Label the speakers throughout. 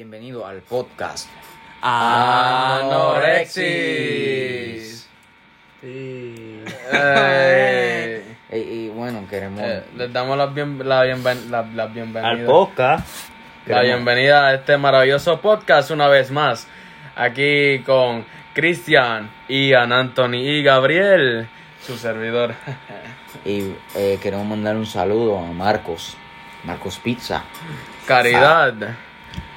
Speaker 1: Bienvenido al podcast
Speaker 2: Anorexis.
Speaker 3: Sí.
Speaker 2: Eh,
Speaker 1: Y, y bueno, queremos.
Speaker 2: eh, les damos las bien- la bienven- la- las bienvenidas.
Speaker 3: Al podcast.
Speaker 2: La bienvenida a este maravilloso podcast una vez más. Aquí con Cristian, Ian, Anthony y Gabriel, su servidor.
Speaker 1: y eh, queremos mandar un saludo a Marcos, Marcos Pizza,
Speaker 2: Caridad.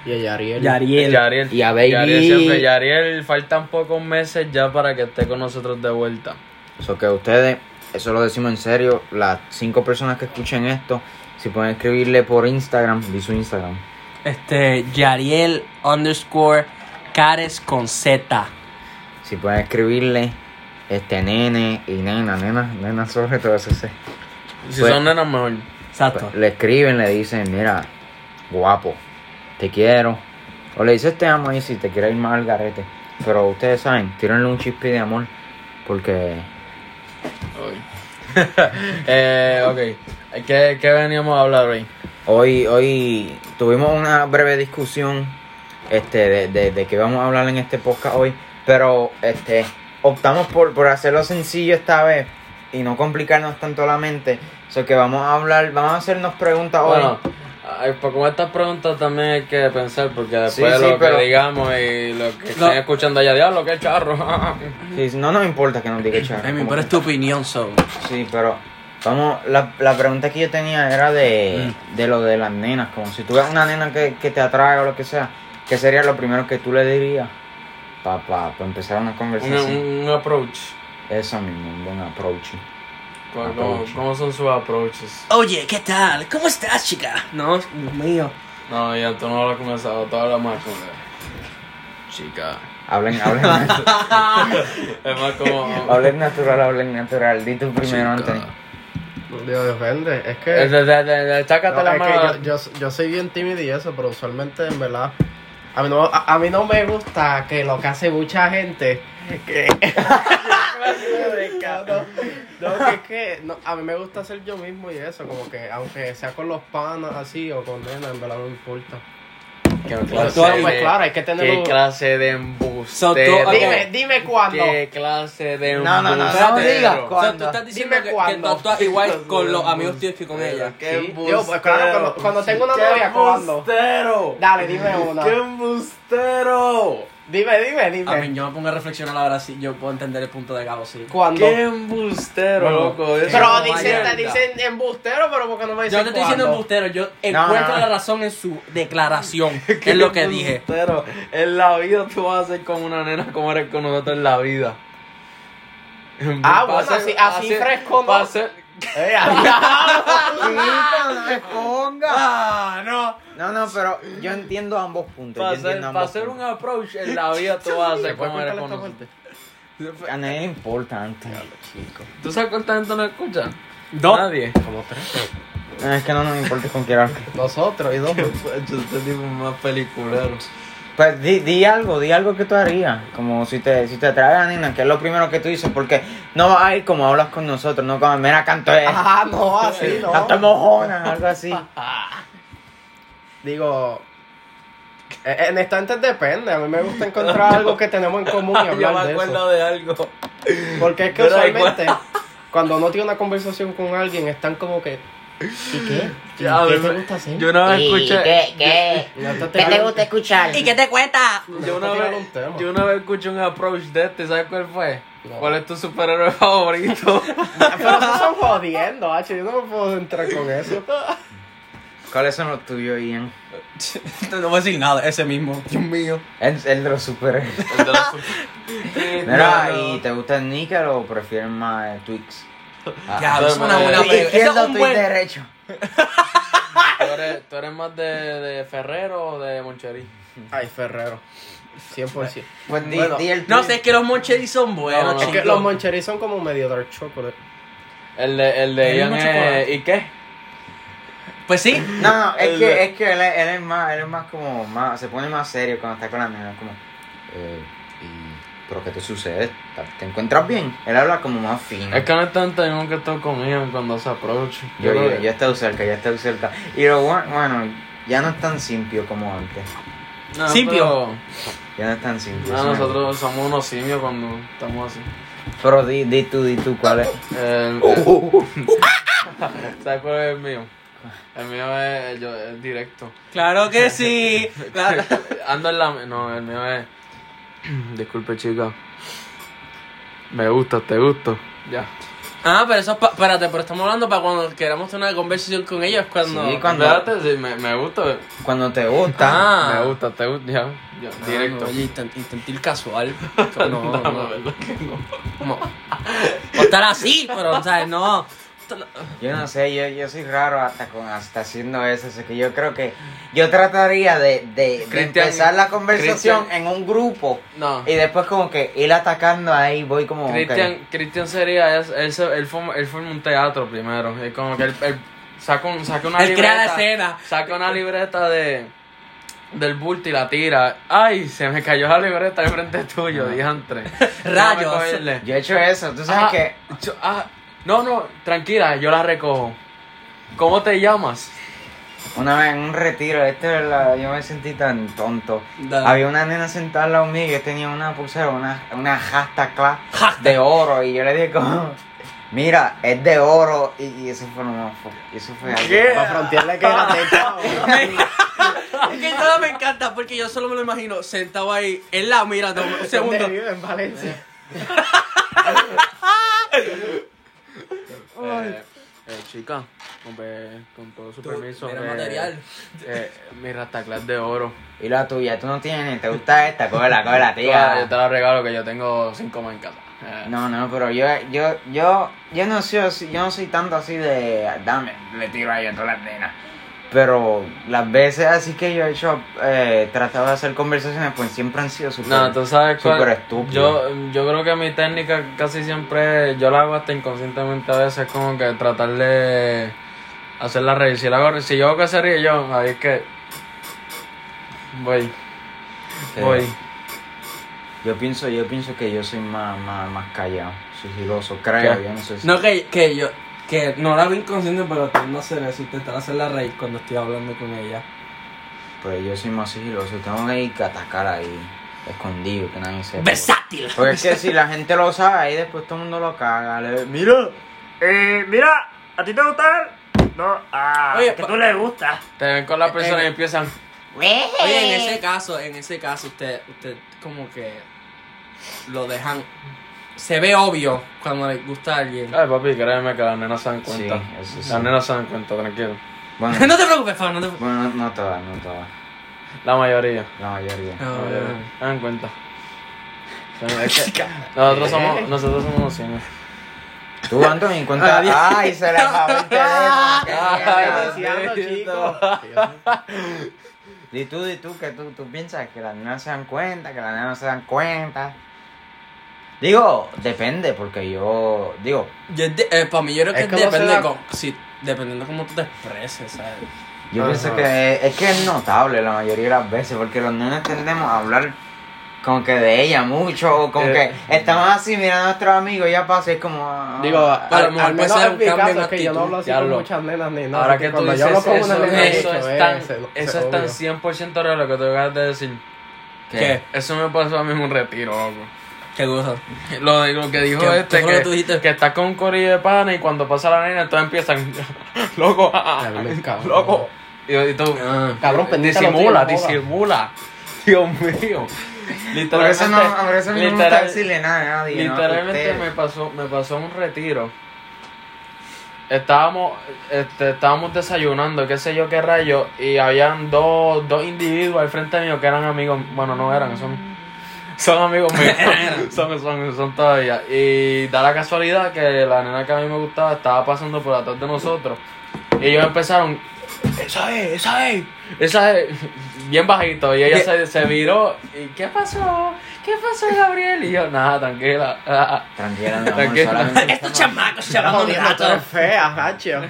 Speaker 3: Y a Yariel.
Speaker 1: Yariel.
Speaker 2: Yariel.
Speaker 1: Y a Baby.
Speaker 2: Yariel siempre. Yariel, faltan pocos meses ya para que esté con nosotros de vuelta.
Speaker 1: So que ustedes, eso lo decimos en serio, las cinco personas que escuchen esto, si pueden escribirle por Instagram, di su Instagram.
Speaker 4: Este, Yariel underscore Cares con Z.
Speaker 1: Si pueden escribirle este nene y nena, nena, nena sobre todo eso. sí.
Speaker 2: Si
Speaker 1: Pues-
Speaker 2: son nenas, mejor.
Speaker 4: Exacto.
Speaker 1: Le escriben, le dicen, mira, guapo, te quiero. O le dices te amo y si te quiere ir más al garete. Pero ustedes saben, tírenle un chispi de amor. Porque
Speaker 2: Hoy. eh, ok. ¿Qué, ¿Qué veníamos a hablar hoy?
Speaker 1: hoy, hoy tuvimos una breve discusión este, de, de, de qué vamos a hablar en este podcast hoy. Pero este, optamos por, por hacerlo sencillo esta vez y no complicarnos tanto la mente. So que vamos a hablar, vamos a hacernos preguntas hoy.
Speaker 2: Ah, Bueno, ay, pues con estas preguntas también hay que pensar, porque después
Speaker 1: Sí,
Speaker 2: de
Speaker 1: sí,
Speaker 2: lo
Speaker 1: pero-
Speaker 2: que digamos y lo que
Speaker 4: No.
Speaker 2: estén escuchando allá, diablo, qué charro.
Speaker 1: Sí, no nos importa que nos diga charro.
Speaker 4: A mí me
Speaker 1: como
Speaker 4: importa
Speaker 1: que-
Speaker 4: tu opinión, so.
Speaker 1: Sí, pero vamos, la, la pregunta que yo tenía era de, de lo de las nenas, como si tú ves una nena que, que te atrae o lo que sea, ¿qué sería lo primero que tú le dirías para empezar una
Speaker 2: un,
Speaker 1: conversación?
Speaker 2: un- un approach.
Speaker 1: Eso mismo, un buen approach.
Speaker 2: ¿Cómo,
Speaker 1: Approach.
Speaker 2: cómo son sus approaches?
Speaker 4: Oye, ¿qué tal? ¿Cómo estás, chica? No, Dios mío.
Speaker 2: No, ya tú no hablas con esa, tú hablas más con la chica.
Speaker 1: Hablen, hablen, natu-
Speaker 2: Es más como.
Speaker 1: hablen natural, hablen natural. Di tú primero, Anthony.
Speaker 3: Digo, depende. Es que,
Speaker 2: Eh, de- de- de- de-
Speaker 3: no,
Speaker 2: Chácate la
Speaker 3: es que
Speaker 2: mano.
Speaker 3: yo, yo, yo soy bien tímido y eso, pero usualmente, en verdad. A mí, no, a, a mí no me gusta que lo que hace mucha gente. Que... no, no, que es que no, a mí me gusta ser yo mismo y eso, como que aunque sea con los panas así o con nena, en verdad no me importa.
Speaker 2: ¿Qué
Speaker 3: Tú, pues, claro, hay que tener
Speaker 2: ¿Qué
Speaker 3: un-
Speaker 2: clase de
Speaker 4: So, tú-
Speaker 2: embustero?
Speaker 3: Dime, dime cuándo.
Speaker 2: ¿Qué clase de
Speaker 1: No, no,
Speaker 2: embustero?
Speaker 1: no, no
Speaker 4: Pero no
Speaker 1: te digas
Speaker 4: digas,
Speaker 1: cuándo.
Speaker 4: so, tú estás diciendo
Speaker 3: Dime
Speaker 4: que, que tú
Speaker 3: cuándo.
Speaker 4: actúas igual con los amigos tuyos que con ella.
Speaker 2: Qué
Speaker 3: Sí, digo, pues, claro,
Speaker 2: embustero.
Speaker 3: cuando- cuando tengo una
Speaker 2: ¡Qué
Speaker 3: novia, ¿cuándo?
Speaker 2: embustero!
Speaker 3: Dale, dime una.
Speaker 2: ¡Qué embustero!
Speaker 3: Dime, dime,
Speaker 4: A
Speaker 3: dime.
Speaker 4: mí, yo me pongo a reflexionar ahora sí, yo puedo entender el punto de Gabo, sí.
Speaker 3: ¿Cuándo?
Speaker 2: ¡Qué embustero,
Speaker 4: Bueno,
Speaker 2: loco! Eso
Speaker 3: Pero
Speaker 4: No,
Speaker 3: dicen,
Speaker 4: mierda.
Speaker 3: te dicen embustero, pero porque no me dicen
Speaker 4: Yo no estoy diciendo
Speaker 3: cuándo?
Speaker 4: embustero, yo
Speaker 1: No,
Speaker 4: encuentro
Speaker 1: no.
Speaker 4: la razón en su declaración. es lo que dije.
Speaker 2: embustero! En la vida tú vas a ser como una nena como eres con nosotros en la vida.
Speaker 3: Ah,
Speaker 2: Va a
Speaker 3: bueno,
Speaker 2: ser-
Speaker 3: así-
Speaker 2: va a
Speaker 3: así
Speaker 2: ser-
Speaker 3: fresco, ¿no?
Speaker 2: va a ser-
Speaker 3: Eh, adiós.
Speaker 4: Ah, no.
Speaker 1: No, no, pero yo entiendo ambos puntos.
Speaker 2: va a
Speaker 1: yo
Speaker 2: ser-
Speaker 1: entiendo
Speaker 2: va a
Speaker 1: ambos
Speaker 2: ser un
Speaker 1: puntos.
Speaker 2: approach en la vida tú vas a ser
Speaker 3: ¿Se puede
Speaker 2: como eres con
Speaker 3: cortar esta
Speaker 2: nosotros.
Speaker 1: A nadie le importa, Anthony. chico.
Speaker 2: ¿Tú sabes cuánta gente no escucha?
Speaker 4: No.
Speaker 2: Nadie.
Speaker 3: Como tres.
Speaker 1: No, es que no nos importa con quién hable.
Speaker 3: Nosotros y dos.
Speaker 2: Yo este tipo es más peliculero.
Speaker 1: Pues di, di algo, di algo que tú harías. Como si te, si te atrae a la nena, que es lo primero que tú dices, porque no vas a ir como hablas con nosotros, no como mera canto de.
Speaker 3: Ah, no, así no.
Speaker 1: Hasta mojona, algo así.
Speaker 3: Digo, eh, en instantes depende. A mí me gusta encontrar algo que tenemos en común y
Speaker 2: Yo
Speaker 3: hablar
Speaker 2: me
Speaker 3: de eso.
Speaker 2: acuerdo de algo.
Speaker 3: Porque es que
Speaker 2: Yo no recuerdo.
Speaker 3: usualmente, cuando uno tiene una conversación con alguien, están como que. ¿Y qué? ¿Y
Speaker 2: Ya,
Speaker 3: ¿Qué
Speaker 2: me-
Speaker 3: te gusta hacer?
Speaker 2: Yo una vez escuché.
Speaker 1: qué?
Speaker 3: No, esto te habla-
Speaker 1: escuchar?
Speaker 4: ¿Y qué te cuenta?
Speaker 2: Yo una,
Speaker 3: Esto tiene
Speaker 2: vez,
Speaker 3: un tema.
Speaker 2: yo una vez escuché un approach de este, ¿sabes cuál fue?
Speaker 3: No.
Speaker 2: ¿Cuál es tu superhéroe favorito?
Speaker 3: Pero se son jodiendo, H. Yo no me puedo entrar con eso.
Speaker 1: ¿Cuáles son los tuyos, Ian?
Speaker 4: No voy a decir nada, ese mismo. Dios mío.
Speaker 1: El, el de los superhéroes.
Speaker 2: El de los super-
Speaker 1: Mira,
Speaker 2: No, no.
Speaker 1: ¿y te gusta el níquel o prefieres más eh, Twix?
Speaker 4: Ya, eso es una
Speaker 2: Tú
Speaker 4: buena
Speaker 1: Twix
Speaker 4: pregunta. Ese
Speaker 1: izquierdo,
Speaker 4: es un
Speaker 1: Twix
Speaker 4: buen...
Speaker 1: derecho.
Speaker 2: ¿Tú, eres, tú eres más de, de Ferrero o de Moncherí?
Speaker 3: Ay, Ferrero. 100%.
Speaker 1: Pues di,
Speaker 3: Bueno,
Speaker 1: di el
Speaker 4: No
Speaker 1: Twix.
Speaker 4: sé, es que los moncheris son buenos,
Speaker 2: No,
Speaker 3: Es
Speaker 4: chicos.
Speaker 3: que los moncheris son como medio dark chocolate.
Speaker 2: El de, el de
Speaker 4: El
Speaker 2: Ian
Speaker 4: mismo
Speaker 2: es-
Speaker 4: chocolate.
Speaker 2: ¿Y qué?
Speaker 4: Pues sí.
Speaker 1: No, no, es
Speaker 2: El-
Speaker 1: que, es que él, es- él es más, él es más como, más, se pone más serio cuando está con la nena, como, eh, y, pero ¿qué te sucede? ¿Te encuentras bien? Él habla como más fino.
Speaker 2: Es que no es tanto, yo nunca estoy con Ian cuando se approach.
Speaker 1: Yo,
Speaker 2: creo
Speaker 1: yo,
Speaker 2: que-
Speaker 1: ya está cerca, ya está cerca. Y lo bueno, bueno, ya no es tan simple como antes.
Speaker 2: No,
Speaker 4: Simpio.
Speaker 1: Ya no están simples.
Speaker 2: pero- no, nosotros somos unos simios cuando estamos así.
Speaker 1: Pero di, di tú, di tú, ¿cuál es?
Speaker 2: El- oh. ¿Sabes cuál es el mío? El mío es, yo, es directo.
Speaker 4: Claro que sí. La-
Speaker 2: Ando en la. No, el mío es. Disculpe, chica. Me gusta, te gusto. Ya.
Speaker 4: Ah, pero eso es pa- espérate, pero estamos hablando para cuando queramos tener una conversación con ellos cuando.
Speaker 1: Sí, cuando-
Speaker 2: Espérate, sí, me, me gusta.
Speaker 1: Cuando te gusta.
Speaker 4: Ah.
Speaker 2: Me gusta, te gusta. Ya, ya,
Speaker 4: Ah,
Speaker 2: directo.
Speaker 4: Oye, intent- intentil casual. No, no,
Speaker 2: No,
Speaker 4: no.
Speaker 2: ¿verdad que no?
Speaker 4: Como- o estar así, pero o sea, no.
Speaker 1: Yo no sé, yo, yo soy raro hasta con hasta haciendo eso, así que yo creo que yo trataría de, de- de
Speaker 2: Cristian-
Speaker 1: empezar la conversación
Speaker 2: Cristian-
Speaker 1: en un grupo
Speaker 2: No.
Speaker 1: y después como que ir atacando ahí, voy eh, como... ok.
Speaker 2: Cristian Cristian sería. es- Él, se- él, forma, él forma un teatro primero. Es como que él, él saca, un, saca una
Speaker 4: Él crea la
Speaker 2: libreta.
Speaker 4: escena.
Speaker 2: saca una libreta de del bulto y la tira. Ay, se me cayó la libreta al frente tuyo, diantre.
Speaker 4: Rayos.
Speaker 2: Déjame cogerle.
Speaker 1: Yo he hecho eso, tú sabes
Speaker 2: Ah,
Speaker 1: que...
Speaker 2: yo- ah, no, no, tranquila, yo la recojo. ¿Cómo te llamas?
Speaker 1: Una vez en un retiro, este es la- yo me sentí tan tonto.
Speaker 4: Dale.
Speaker 1: Había una nena sentada al lado mío y yo tenía una pulsera, una, una hashtag cla- de oro. Y yo le dije como, mira, es de oro. Y, y eso fue no, fue- eso fue algo.
Speaker 2: ¿Qué?
Speaker 3: Para frontearle que era teta, güey.
Speaker 4: Es que todo me encanta porque yo solo me lo imagino sentado ahí en la mira un segundo.
Speaker 3: ¿Dónde vive? En Valencia.
Speaker 2: Eh, eh, chica, con, pe- con todo su permiso.
Speaker 4: mira
Speaker 2: eh,
Speaker 4: material.
Speaker 2: eh, mi rastaclas de oro.
Speaker 1: Y la tuya, tú no tienes, te gusta esta, cógela, cógela,
Speaker 2: Ah, yo te
Speaker 1: tía.
Speaker 2: la regalo que yo tengo cinco más en casa. Eh,
Speaker 1: No, no, pero yo, yo, yo, yo no soy, así- yo no soy tanto así de, dame, le tiro ahí a todas las nenas. Pero las veces así que yo he hecho, eh, tratado de hacer conversaciones, pues siempre han sido súper...
Speaker 2: No, tú sabes cuál.
Speaker 1: Súper estúpido.
Speaker 2: Yo, yo creo que mi técnica casi siempre, yo la hago hasta inconscientemente a veces, como que tratar de hacerla reír. Si, la hago, si yo hago que se ríe yo, ahí es que. Voy,
Speaker 1: que-
Speaker 2: voy.
Speaker 1: eh, Yo pienso, yo pienso que yo soy más, más, más callado, sigiloso, creo,
Speaker 2: ¿Qué?
Speaker 1: yo no sé si...
Speaker 4: No, que, que yo. Que no la hago inconsciente, pero no hacer eso, intentar hacerla reír cuando estoy hablando con ella.
Speaker 1: Pero yo soy más sigiloso, tengo que ir a atacar ahí, escondido, que nadie sepa.
Speaker 4: ¡Versátil!
Speaker 1: Porque es que si la gente lo sabe, ahí después todo el mundo lo caga. le- mira, eh, mira, ¿a ti te gusta? No, ah,
Speaker 4: Oye, pa-
Speaker 1: le gustas.
Speaker 2: Te ven con la persona
Speaker 4: eh.
Speaker 2: y empiezan.
Speaker 4: Oye, en ese caso, en ese caso, usted, usted como que lo dejan. Se ve obvio cuando le gusta a alguien.
Speaker 2: Ay, papi, créeme que las nenas se dan cuenta.
Speaker 1: Sí, eso sí.
Speaker 2: Las nenas se dan cuenta, tranquilo.
Speaker 1: Bueno,
Speaker 4: no te preocupes, Fabio, no te preocupes.
Speaker 1: bueno, no, no todas, no todas,
Speaker 2: La mayoría.
Speaker 1: la mayoría.
Speaker 2: la
Speaker 4: Ah,
Speaker 2: mayoría.
Speaker 4: bueno.
Speaker 2: Se dan cuenta. O sea, es que nosotros somos, nosotros somos unos simios.
Speaker 1: Tú, Anthony, cuenta...
Speaker 4: Adiós.
Speaker 1: Ay, se le acabó el teléfono.
Speaker 2: Ay,
Speaker 3: Ah,
Speaker 1: qué
Speaker 2: Dios
Speaker 1: mierda.
Speaker 3: Negociando,
Speaker 2: bendito.
Speaker 3: chico.
Speaker 1: Di tú, di tú, que tú, tú piensas que las nenas se dan cuenta, que las nenas no se dan cuenta. Digo, depende, porque yo, digo,
Speaker 4: Yo enti- eh, para mí, yo creo que
Speaker 3: Es que no se
Speaker 4: depende
Speaker 3: da-
Speaker 4: con- si- dependiendo cómo tú te expreses, ¿sabes?
Speaker 1: yo
Speaker 3: Ajá.
Speaker 1: pienso que es que es notable la mayoría de las veces, porque los nenes tendemos a hablar como que de ella mucho, o como
Speaker 2: Eh.
Speaker 1: que estamos así mirando a nuestros amigos, ya pasa, y es como... ah,
Speaker 3: Digo,
Speaker 1: ah,
Speaker 4: a lo
Speaker 3: al,
Speaker 4: mejor
Speaker 3: al
Speaker 4: puede
Speaker 3: menos
Speaker 4: ser
Speaker 3: en
Speaker 4: un
Speaker 3: mi
Speaker 4: cambio en
Speaker 3: caso es que yo no
Speaker 4: actitud,
Speaker 3: hablo así
Speaker 2: ya
Speaker 3: con
Speaker 2: lo-
Speaker 3: muchas nenas ni nada.
Speaker 2: Ahora
Speaker 3: así
Speaker 2: que tú
Speaker 3: cuando
Speaker 2: dices
Speaker 3: yo hablo
Speaker 2: eso,
Speaker 3: con una nena,
Speaker 4: eh,
Speaker 2: eso
Speaker 3: mucho,
Speaker 2: es
Speaker 3: eh,
Speaker 2: tan,
Speaker 3: se lo-
Speaker 2: eso
Speaker 3: se
Speaker 2: es tan
Speaker 3: obvio.
Speaker 2: 100% real lo que te acabas de decir.
Speaker 4: ¿Qué?
Speaker 2: Eso me pasó a mí en un retiro, loco.
Speaker 4: ¿Qué cosa?
Speaker 2: Lo, de- lo que dijo
Speaker 4: ¿Qué- qué
Speaker 2: este,
Speaker 4: fue lo
Speaker 2: que,
Speaker 4: que tú dijiste?
Speaker 2: que está con un corillo de pana y cuando pasa la nena, entonces empiezan, loco, ah, ah,
Speaker 3: A mí me cago.
Speaker 2: loco. Y, y tú,
Speaker 4: Ah.
Speaker 3: Cabrón, pendiente a los
Speaker 2: disimula,
Speaker 3: tíos, joda.
Speaker 2: disimula. Dios mío.
Speaker 1: Por eso no, por eso a mí no me gusta
Speaker 2: literal-
Speaker 1: decirle nada a nadie, ¿no?
Speaker 2: Literalmente
Speaker 1: Ustedes.
Speaker 2: me pasó, me pasó un retiro. Estábamos, este, estábamos desayunando, qué sé yo qué rayo, y habían dos, dos individuos al frente mío que eran amigos, bueno no eran, son, son amigos míos, son, son, son todavía. Y da la casualidad que la nena que a mí me gustaba estaba pasando por atrás de nosotros. Y ellos empezaron, esa es, esa es, esa es, bien bajito. Y ella se, se viró, y ¿qué pasó? ¿Qué pasó, Gabriel? Y yo, nada, tranquila. ah, ah".
Speaker 1: Tranquila, mi amor,
Speaker 2: Tranquila.
Speaker 1: solamente
Speaker 4: Estos
Speaker 1: estamos-
Speaker 4: chamacos
Speaker 3: Ya
Speaker 4: chavando un
Speaker 3: jodiendo, tú
Speaker 4: rato.
Speaker 3: eres fea, Hacho.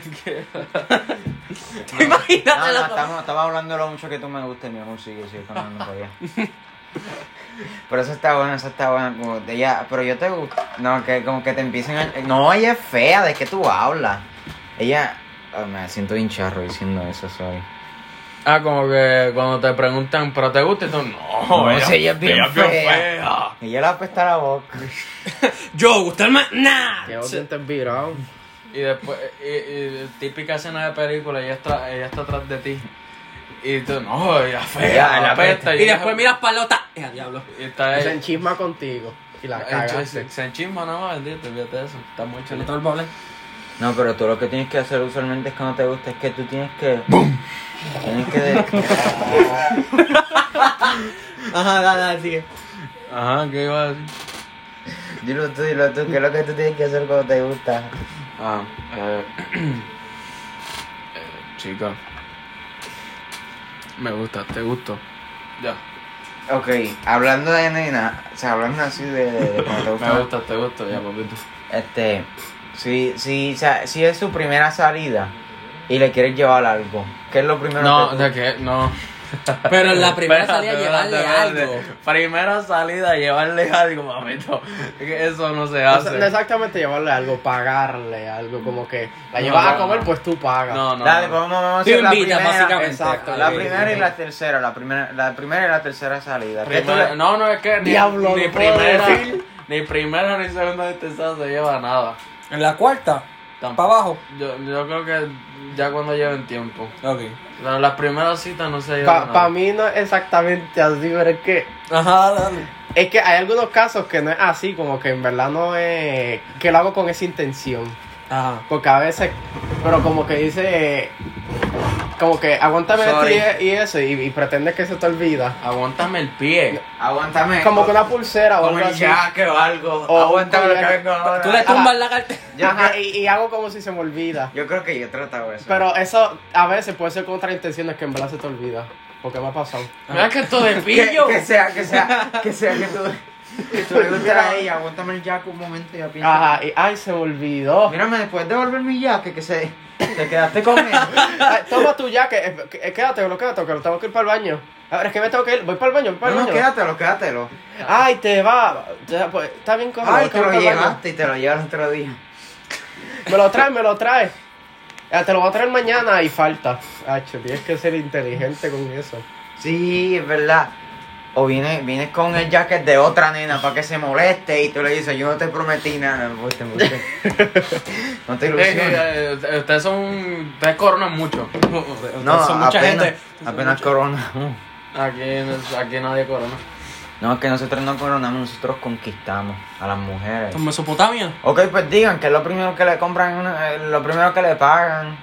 Speaker 4: ¿Te imaginas?
Speaker 1: No, no,
Speaker 4: la-
Speaker 1: estamos, estaba hablando lo mucho que tú me gustes, mi amor, sigue, sigue caminando todavía. Pero eso está bueno, eso está bueno, como de ella, pero yo te gusto, no, que como que te empiecen a... No, ella es fea, ¿de qué tú hablas? Ella, ah, me siento bien charro diciendo eso, soy.
Speaker 2: Ah, como que cuando te preguntan, ¿pero te gusta? Y tú, no,
Speaker 1: No, si ella es bien fea.
Speaker 2: fea.
Speaker 1: Y él apesta la boca.
Speaker 4: Yo, gustarme, nah.
Speaker 3: Que
Speaker 4: Se-
Speaker 3: alguien te virado.
Speaker 2: Y después, y, y- típica escena de película, ella está, ella está atrás de ti. Y tú, no, ella es fea,
Speaker 1: Ella,
Speaker 2: la
Speaker 1: la
Speaker 2: pesta.
Speaker 1: pesta.
Speaker 4: Y después miras para el lado, ta- eh, diablo.
Speaker 2: Y está
Speaker 3: Se
Speaker 2: ahí.
Speaker 3: enchisma contigo. Y la
Speaker 2: Se,
Speaker 3: cagaste.
Speaker 2: se, se enchisma nada más, bendito, fíjate eso. Está muy
Speaker 4: Se
Speaker 2: chulo.
Speaker 4: le todo el bole.
Speaker 1: No, pero tú lo que tienes que hacer usualmente es cuando te gusta es que tú tienes que. Tienes que.
Speaker 4: Ajá, dale, dale, sigue.
Speaker 2: Ajá, ¿qué iba a decir?
Speaker 1: Dilo tú, dilo tú, ¿qué es lo que tú tienes que hacer cuando te gusta?
Speaker 2: Ah, eh, eh, chica. Me gusta, te gusto. Ya.
Speaker 1: Ok, hablando de nena, o sea, hablando así de, de- de cuando te
Speaker 2: Me
Speaker 1: gusta.
Speaker 2: gusta, te gusto, ya, papito.
Speaker 1: Este, si, si, o sea, si es su primera salida y le quieres llevar algo, ¿qué es lo primero
Speaker 2: No,
Speaker 1: que
Speaker 2: de que, no.
Speaker 4: Pero en la primera
Speaker 2: Espérate,
Speaker 4: salida llevarle
Speaker 2: espérate,
Speaker 4: algo.
Speaker 2: espérate. Primera salida, llevarle algo, mamito. Eso no se
Speaker 3: No sé- no
Speaker 2: hace.
Speaker 3: exactamente llevarle algo, pagarle algo, como que la
Speaker 2: No,
Speaker 3: llevas
Speaker 2: no,
Speaker 3: a comer,
Speaker 2: no.
Speaker 3: pues tú pagas.
Speaker 2: No, no.
Speaker 1: Dale, vamos, vamos a
Speaker 4: Tú
Speaker 1: hacer la
Speaker 4: invitas,
Speaker 1: primera.
Speaker 4: básicamente.
Speaker 3: Exacto,
Speaker 1: La
Speaker 4: Ok,
Speaker 1: primera y
Speaker 4: ok.
Speaker 1: la tercera, la primera, la primera y la tercera salida. ¿Qué tú
Speaker 2: Primera-
Speaker 1: le-
Speaker 2: no, no, es que ni,
Speaker 3: Diablo,
Speaker 2: ni
Speaker 3: no puedo
Speaker 2: primera,
Speaker 3: decir.
Speaker 2: ni primera, ni segunda, ni tercera se lleva nada.
Speaker 4: En la cuarta,
Speaker 2: Tampoco.
Speaker 4: para abajo.
Speaker 2: Yo, yo creo que ya cuando lleven tiempo.
Speaker 4: Ok.
Speaker 2: La- las primeras citas no se llevan
Speaker 3: Para
Speaker 2: nada.
Speaker 3: mí no es exactamente así, pero es que
Speaker 4: Ajá, dale, dale.
Speaker 3: es que hay algunos casos que no es así, como que en verdad no es que lo hago con esa intención.
Speaker 4: Ajá.
Speaker 3: Porque a veces, pero como que dice, como que aguántame esto
Speaker 1: Sorry.
Speaker 3: y, y eso, y, y pretende que se te olvida.
Speaker 2: Aguántame el pie.
Speaker 1: Aguántame.
Speaker 3: Como que una pulsera o
Speaker 1: Eh, Como
Speaker 3: algo
Speaker 1: el
Speaker 3: así.
Speaker 1: jaque o algo.
Speaker 3: O
Speaker 1: Aguántame
Speaker 3: un
Speaker 1: lo que
Speaker 3: collar.
Speaker 1: vengo ahora.
Speaker 4: Tú le tumbas la cartera.
Speaker 1: Yo,
Speaker 3: Ajá, y, y hago como si se me olvida.
Speaker 1: yo creo que yo he tratado eso.
Speaker 3: Pero eso a veces puede ser contra intenciones que en verdad se te olvida. Porque me ha pasado.
Speaker 2: Mira que esto de
Speaker 1: que,
Speaker 2: pillo. Eh,
Speaker 1: que sea, que sea, que sea que tú. Que tú le gustes a ella, aguántame el jaque un momento y ya piensa.
Speaker 3: Ajá, y ay, se me olvidó.
Speaker 1: Mírame, después de volver mi jaque, que se. Te quedaste con él.
Speaker 3: Ay, toma tu ya, que, eh, que- eh, quédate, lo quédate, que lo tengo que ir para el baño. A ver, es que me tengo que ir, voy para el baño, voy
Speaker 1: No,
Speaker 3: para el
Speaker 1: no,
Speaker 3: baño.
Speaker 1: quédatelo, quédatelo.
Speaker 3: Ay, te va. Ya, pues, Está bien cojo.
Speaker 1: Ay,
Speaker 3: voy
Speaker 1: te lo
Speaker 3: para el baño.
Speaker 1: llevaste y te lo llevas el otro día.
Speaker 3: Me lo traes, me lo traes. Ya, te lo voy a traer mañana y falta. H, tienes que ser inteligente con eso.
Speaker 1: Sí, es verdad. O vienes, vienes con el jacket de otra nena para que se moleste y tú le dices, yo no te prometí nada. me gusta, me gusta. No te ilusiones.
Speaker 2: Eh, eh, ustedes son. Ustedes coronan mucho.
Speaker 1: No,
Speaker 4: Son mucha
Speaker 1: apenas,
Speaker 4: gente.
Speaker 1: apenas coronamos.
Speaker 2: Aquí, no- aquí nadie corona.
Speaker 1: No, es que nosotros no coronamos, nosotros conquistamos a las mujeres.
Speaker 4: Son Mesopotamia.
Speaker 1: Ok, pues digan que es lo primero que le compran, una- eh, lo primero que le pagan.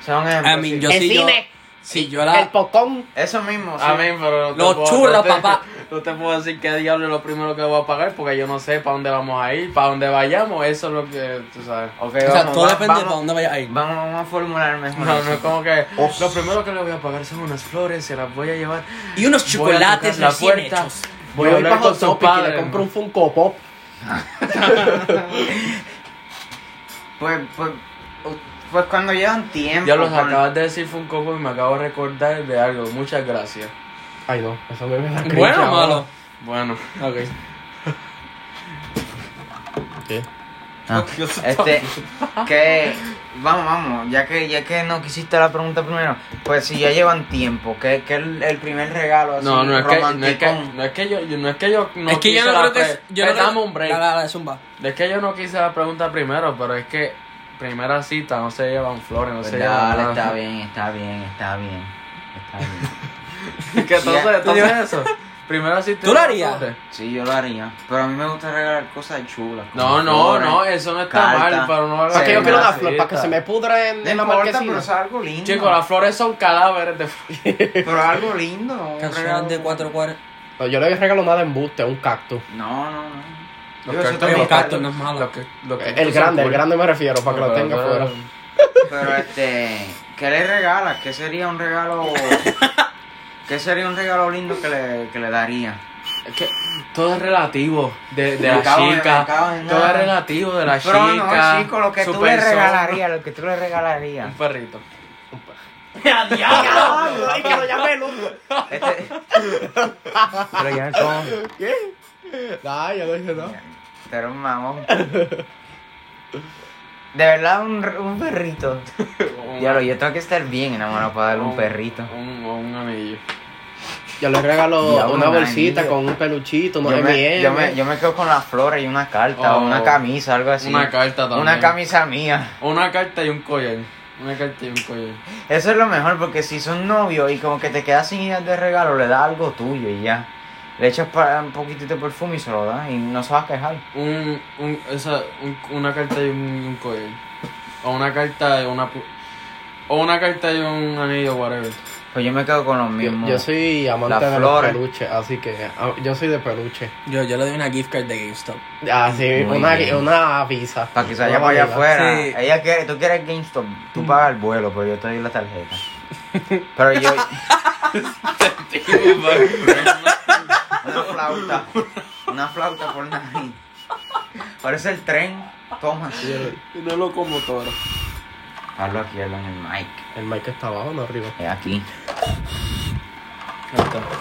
Speaker 1: Son
Speaker 4: A
Speaker 1: ejemplos,
Speaker 4: mí,
Speaker 1: sí.
Speaker 4: yo
Speaker 3: El
Speaker 4: sí, yo.
Speaker 3: cine.
Speaker 4: Sí, yo la.
Speaker 3: El pocón.
Speaker 1: Eso mismo, sí.
Speaker 2: A mí, Ah, pero. no te
Speaker 4: Los
Speaker 2: puedo-
Speaker 4: churros,
Speaker 2: no te-
Speaker 4: papá.
Speaker 2: No te puedo decir qué diablo es lo primero que voy a pagar porque yo no sé para dónde vamos a ir, para dónde vayamos. Eso es lo que. Tú sabes.
Speaker 1: Ok,
Speaker 4: O sea,
Speaker 1: vamos,
Speaker 4: todo
Speaker 1: va-
Speaker 4: depende de para
Speaker 1: vamos,
Speaker 4: dónde vayas a ir.
Speaker 1: vamos, vamos a formular
Speaker 4: Oh,
Speaker 1: mejor.
Speaker 2: No,
Speaker 1: eso.
Speaker 2: no es como que.
Speaker 1: Uf.
Speaker 2: Lo primero que le voy a pagar son unas flores, se las voy a llevar.
Speaker 4: Y unos
Speaker 2: Voy a tocar
Speaker 4: chocolates
Speaker 2: la
Speaker 4: recién
Speaker 2: puerta.
Speaker 4: hechos.
Speaker 2: Voy a
Speaker 3: Yo
Speaker 2: hablar con
Speaker 3: Hot
Speaker 2: su
Speaker 3: Topic y
Speaker 2: padre.
Speaker 3: le compro un Funko Pop.
Speaker 1: Pues, pues, u- pues cuando llevan tiempo.
Speaker 2: Ya los
Speaker 1: con-
Speaker 2: acabas de decir Funko Pop y me acabo de recordar de algo. Muchas gracias.
Speaker 3: Ay, no, eso me da cringe
Speaker 4: Bueno o
Speaker 3: ahora.
Speaker 4: malo.
Speaker 2: Bueno.
Speaker 4: Ok.
Speaker 1: Ah,
Speaker 4: Yo soy
Speaker 1: este, que vamos, vamos, ya que ya que no quisiste la pregunta primero, pues si ya llevan tiempo, que que el, el primer regalo así pues
Speaker 2: No, no es que, no es que,
Speaker 1: romanticón?
Speaker 2: no es que yo, yo- no es que yo no
Speaker 4: es que yo
Speaker 2: quise
Speaker 4: no
Speaker 2: la
Speaker 4: creo que. es-
Speaker 2: pre-
Speaker 4: Yo no
Speaker 2: Pues
Speaker 4: creo
Speaker 2: dame un break.
Speaker 4: Dale, dale, zumba.
Speaker 2: Es que yo no quise la pregunta primero, pero es que primera cita no se llevan flores, no
Speaker 1: Pues
Speaker 2: se
Speaker 1: dale,
Speaker 2: llevan
Speaker 1: está
Speaker 2: nada.
Speaker 1: bien, está bien, está bien. Está bien.
Speaker 2: Que entonces,
Speaker 1: Ya.
Speaker 2: entonces eso. Primera cita.
Speaker 4: ¿Tú lo harías?
Speaker 1: Sí, yo lo haría, pero a mí me gusta regalar cosas chulas. como
Speaker 2: No, no,
Speaker 1: flores.
Speaker 2: no, eso no está
Speaker 1: Carta.
Speaker 2: mal, pero no lo
Speaker 1: O
Speaker 3: O sea, que yo quiero una
Speaker 2: las
Speaker 3: flor para que se me pudre en,
Speaker 1: No
Speaker 3: en la
Speaker 1: importa, pero
Speaker 3: marquesina.
Speaker 1: es algo lindo.
Speaker 2: Chicos, las flores son cadáveres de flores.
Speaker 1: Pero algo lindo. un regalo-
Speaker 4: Canciones de cuatro cuadras.
Speaker 3: No, yo le regalo nada embuste, un cactus.
Speaker 1: No, no, no.
Speaker 2: Los
Speaker 1: Digo, eso también
Speaker 2: cactus-
Speaker 4: Pero un
Speaker 1: está-
Speaker 4: cactus no es malo.
Speaker 2: Lo que- lo que-
Speaker 3: El grande, el grande me refiero, para que lo
Speaker 2: Pero-
Speaker 3: tenga
Speaker 2: pero-
Speaker 3: fuera.
Speaker 1: Pero este, ¿qué le regalas? ¿Qué sería un regalo? ¿Qué sería un regalo lindo que le, que le daría?
Speaker 2: Es que todo es relativo de, de
Speaker 1: Me
Speaker 2: la
Speaker 1: cago en- me cago
Speaker 2: chica.
Speaker 1: en
Speaker 2: Todo
Speaker 1: nada.
Speaker 2: es relativo de la
Speaker 1: Pero
Speaker 2: chica.
Speaker 1: no, chico, lo que
Speaker 2: su
Speaker 1: tú le
Speaker 2: persona.
Speaker 1: regalarías, lo que tú le
Speaker 2: Un
Speaker 1: regalarías.
Speaker 2: perrito.
Speaker 3: Ay, que lo llame Luco.
Speaker 1: Este- Pero ya no
Speaker 3: Ay, yo no dije nada.
Speaker 1: Pero un mamón. De verdad, un, un perrito.
Speaker 2: Un-
Speaker 1: Diablo, yo tengo que estar bien enamorado para darle un
Speaker 2: un-
Speaker 1: perrito.
Speaker 2: Un, un anillo.
Speaker 3: Yo le regalo
Speaker 1: Diablo,
Speaker 3: una
Speaker 1: un
Speaker 3: bolsita
Speaker 1: anillo.
Speaker 3: con un peluchito, no
Speaker 1: Yo me,
Speaker 3: M&M.
Speaker 1: yo, me, yo me quedo con las flores y una carta, o
Speaker 2: Oh.
Speaker 1: una camisa, algo así.
Speaker 2: Una carta también.
Speaker 1: Una camisa mía.
Speaker 2: Una carta y un collar. Una carta y un collar.
Speaker 1: Eso es lo mejor, porque si son novios y como que te quedas sin ideas de regalo, le das algo tuyo y ya. Le echas pa- un poquitito de perfume y se lo das y no se va a quejar.
Speaker 2: Un, un, esa, un- una carta y un, un collar. O una carta y una... pu- O una carta y un anillo, whatever.
Speaker 1: Pues yo me quedo con los
Speaker 3: Yo-
Speaker 1: mismos.
Speaker 3: yo soy amante
Speaker 1: Las
Speaker 3: de
Speaker 1: flores.
Speaker 3: los peluches, así que ah, yo soy de peluche.
Speaker 4: Yo, yo le doy una gift card de GameStop.
Speaker 3: Ah, sí,
Speaker 1: Muy
Speaker 3: una,
Speaker 1: bien.
Speaker 3: una visa.
Speaker 1: Para que se vaya
Speaker 3: Una
Speaker 1: para allá
Speaker 3: valida.
Speaker 1: afuera.
Speaker 4: Sí.
Speaker 1: Ella quiere, tú quieres GameStop, tú pagas el vuelo, pero yo te doy la tarjeta. Pero yo. una flauta. Una flauta por nariz. Parece el tren. Toma.
Speaker 2: No lo como todo.
Speaker 1: Hablo aquí, hablo en el mic.
Speaker 3: El mic está abajo, no arriba.
Speaker 1: Es aquí.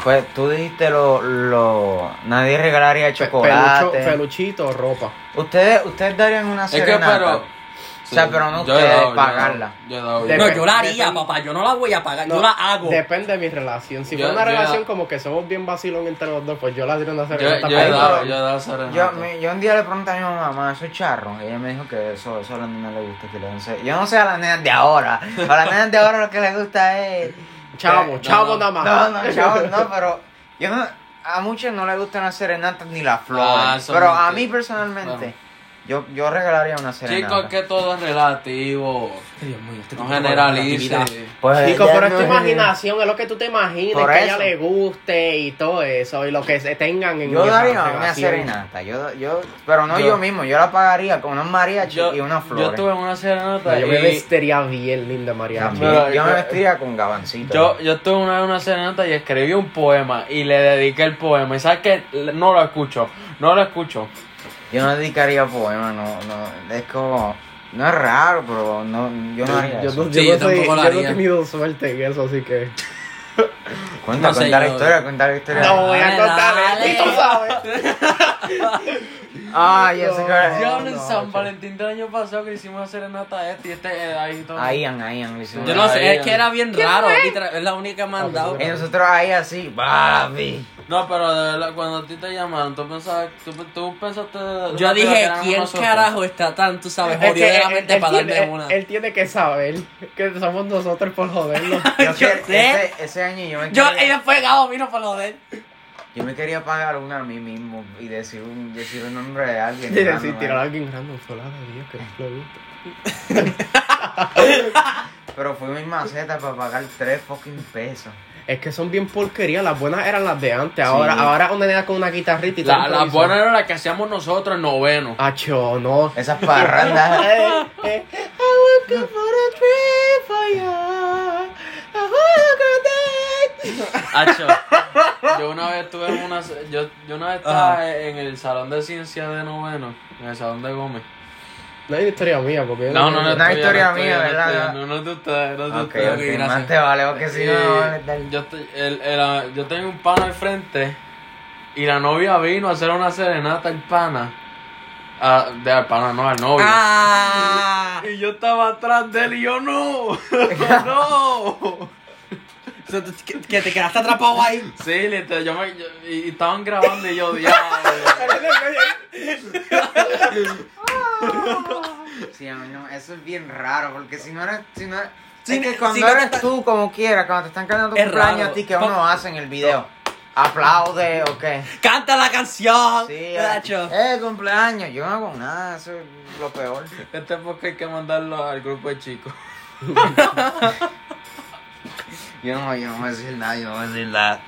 Speaker 1: Pues tú dijiste lo. lo nadie regalaría
Speaker 3: Pe-
Speaker 1: chocolate.
Speaker 3: pelucho- peluchito o ropa.
Speaker 1: Ustedes, ustedes darían una
Speaker 2: Es que,
Speaker 1: serenata.
Speaker 2: pero...
Speaker 1: O sea, pero no
Speaker 2: Yo he
Speaker 1: ustedes
Speaker 2: dado, yo he dado,
Speaker 1: pagarla.
Speaker 2: Yo he dado, yo he
Speaker 3: Dep-
Speaker 2: dado.
Speaker 4: No, yo la haría,
Speaker 3: depende-
Speaker 4: papá. Yo no la voy a pagar.
Speaker 3: No,
Speaker 4: yo la hago.
Speaker 3: Depende de mi relación. Si
Speaker 2: Yo-
Speaker 3: fue una
Speaker 2: yo-
Speaker 3: relación como que somos bien vacilón entre los dos, pues yo la diré una
Speaker 2: Yo,
Speaker 3: serenata
Speaker 2: yo
Speaker 3: para
Speaker 2: he
Speaker 1: Ay,
Speaker 2: dado,
Speaker 1: pero-
Speaker 2: yo he dado serenata.
Speaker 1: Yo, me- yo un día le pregunté a mi mamá, mamá, eso es charro. Y ella me dijo que eso, eso a las nenas les gusta. Que le den se- Yo no sé a las nenas de ahora. A las nenas de ahora lo que les gusta es.
Speaker 3: Chavo,
Speaker 1: Eh,
Speaker 3: chavo
Speaker 2: no,
Speaker 3: nada más.
Speaker 1: No, no, chavos, no, pero. Yo no- a muchos no les gustan las serenatas ni las flores.
Speaker 2: Ah, eso
Speaker 1: pero
Speaker 2: es
Speaker 1: a
Speaker 2: mentira.
Speaker 1: mí personalmente, yo, yo regalaría una serenata.
Speaker 2: Chicos, que todo es relativo.
Speaker 4: Dios mío, este
Speaker 2: No
Speaker 4: tipo de
Speaker 2: generalice.
Speaker 4: relatividad.
Speaker 1: Pues,
Speaker 3: Chico,
Speaker 1: ya
Speaker 3: pero
Speaker 1: no
Speaker 3: es tu
Speaker 1: es-
Speaker 3: imaginación, es lo que tú te imaginas,
Speaker 1: Por
Speaker 3: que a ella
Speaker 1: eso.
Speaker 3: le guste y todo eso, y lo que se tengan en
Speaker 1: Yo
Speaker 3: esa
Speaker 1: daría una
Speaker 3: relación.
Speaker 1: serenata. Yo, yo, pero no yo,
Speaker 2: Yo-
Speaker 1: mismo, yo la pagaría con unos mariachis
Speaker 2: Yo,
Speaker 1: y eh. unas flores.
Speaker 2: yo tuve una serenata
Speaker 3: No, yo me
Speaker 2: y...
Speaker 3: vestiría bien linda, María.
Speaker 1: También.
Speaker 2: Pero-
Speaker 1: yo me vestiría con gabancito.
Speaker 2: Yo, yo tuve una vez una serenata y escribí un poema y le dediqué el poema. Y sabes que no lo escucho, no lo escucho.
Speaker 1: Yo no dedicaría poemas, no, no, es como, no es raro, pero no, yo no haría
Speaker 3: Yo
Speaker 1: eso.
Speaker 3: no, yo
Speaker 4: Sí,
Speaker 3: no
Speaker 4: yo
Speaker 3: soy-
Speaker 4: tampoco la
Speaker 3: yo no
Speaker 4: haría.
Speaker 3: he tenido suerte en eso, así que.
Speaker 1: Cuenta,
Speaker 4: no sé,
Speaker 1: cuenta la
Speaker 4: yo-
Speaker 1: historia, cuenta la historia.
Speaker 3: No voy a
Speaker 4: Dale,
Speaker 3: contar,
Speaker 4: dale.
Speaker 3: y tú sabes.
Speaker 1: Ay, ya sé que
Speaker 2: Diablo, en
Speaker 3: no,
Speaker 2: San
Speaker 3: che.
Speaker 2: Valentín del año pasado que hicimos una serenata este y este eh, ahí todo.
Speaker 1: A Ian, a Ian, le hicimos-
Speaker 4: Yo no
Speaker 2: Ahí,
Speaker 4: sé, es que
Speaker 2: ahí.
Speaker 4: era bien raro. literal, es la única mandado.
Speaker 1: Y nosotros ahí así, papi.
Speaker 2: No, pero de verdad, cuando a ti te llamaron, tú pensabas, tú, tú pensaste. de-
Speaker 4: Yo
Speaker 2: de- que
Speaker 4: dije,
Speaker 2: éramos
Speaker 4: ¿quién
Speaker 2: nosotros.
Speaker 4: carajo está tan, tú sabes,
Speaker 3: Es
Speaker 4: jodido
Speaker 3: que
Speaker 4: de la
Speaker 3: él-
Speaker 4: mente
Speaker 3: él
Speaker 4: para darme
Speaker 3: tiene-
Speaker 4: una?
Speaker 3: Él tiene que saber que somos nosotros por joderlo.
Speaker 1: Yo,
Speaker 4: Yo
Speaker 1: que-
Speaker 4: sé.
Speaker 1: Ese, ese año yo me,
Speaker 4: Yo, y
Speaker 1: quería,
Speaker 4: después Gabo vino por joder.
Speaker 1: yo me quería pagar una a mí mismo y decir un, decir el nombre de alguien.
Speaker 3: Y
Speaker 1: hermano,
Speaker 3: decir, tirar a
Speaker 1: man.
Speaker 3: alguien random, sola de Dios, que no le gusta.
Speaker 1: Pero fui mi maceta para pagar tres fucking pesos.
Speaker 3: Es que son bien porquerías, las buenas eran las de antes. Ahora, ahora una nena con una guitarrita y
Speaker 2: La,
Speaker 3: todo
Speaker 2: la
Speaker 3: improviso.
Speaker 2: buena era la que hacíamos nosotros en noveno.
Speaker 3: Acho, no.
Speaker 1: Esas parrandas.
Speaker 3: Eh, eh, I woke up for a tree for you. I woke up dead.
Speaker 2: Hacho, yo una vez tuve en una. Yo, yo una vez estaba en el salón de ciencias de noveno, en el salón de Gómez.
Speaker 3: No hay historia mía, porque. yo
Speaker 2: No, no, no.
Speaker 1: Una
Speaker 2: estoy-
Speaker 1: historia
Speaker 2: no estoy-
Speaker 1: mía,
Speaker 2: no
Speaker 1: ¿verdad?
Speaker 2: estoy- No, no te ustedes, no te
Speaker 1: Ok,
Speaker 2: ustedes.
Speaker 1: ok,
Speaker 4: gracias.
Speaker 1: más te vale, porque si no, no vale tal.
Speaker 2: yo, estoy- el- el- yo tengo un pana al frente y la novia vino a hacer una serenata al pana. Ah, de al pana, no, al novio.
Speaker 4: ¡Ah!
Speaker 2: Y yo estaba atrás de él y yo no. no.
Speaker 4: O sea, tú- Que que te quedaste atrapado ahí.
Speaker 2: Sí, literal, yo me, yo- y, y estaban grabando y yo, diablo.
Speaker 1: Sí, a mí no, eso es bien raro, porque si no eres, si no,
Speaker 4: Sí,
Speaker 1: es que
Speaker 4: si
Speaker 1: cuando
Speaker 4: no te
Speaker 1: eres
Speaker 4: está-
Speaker 1: tú como quieras, cuando te están cantando tu
Speaker 4: Es
Speaker 1: cumpleaños
Speaker 4: raro.
Speaker 1: a ti, que uno
Speaker 4: Pon-
Speaker 1: hace en el video? Aplaude o qué.
Speaker 4: Canta la canción.
Speaker 1: Sí,
Speaker 4: Nacho.
Speaker 1: eh, cumpleaños, yo no hago nada, eso es lo peor.
Speaker 2: Este porque hay que mandarlo al grupo de chicos.
Speaker 1: Yo no, yo no voy a decir nada, yo no voy a decir nada.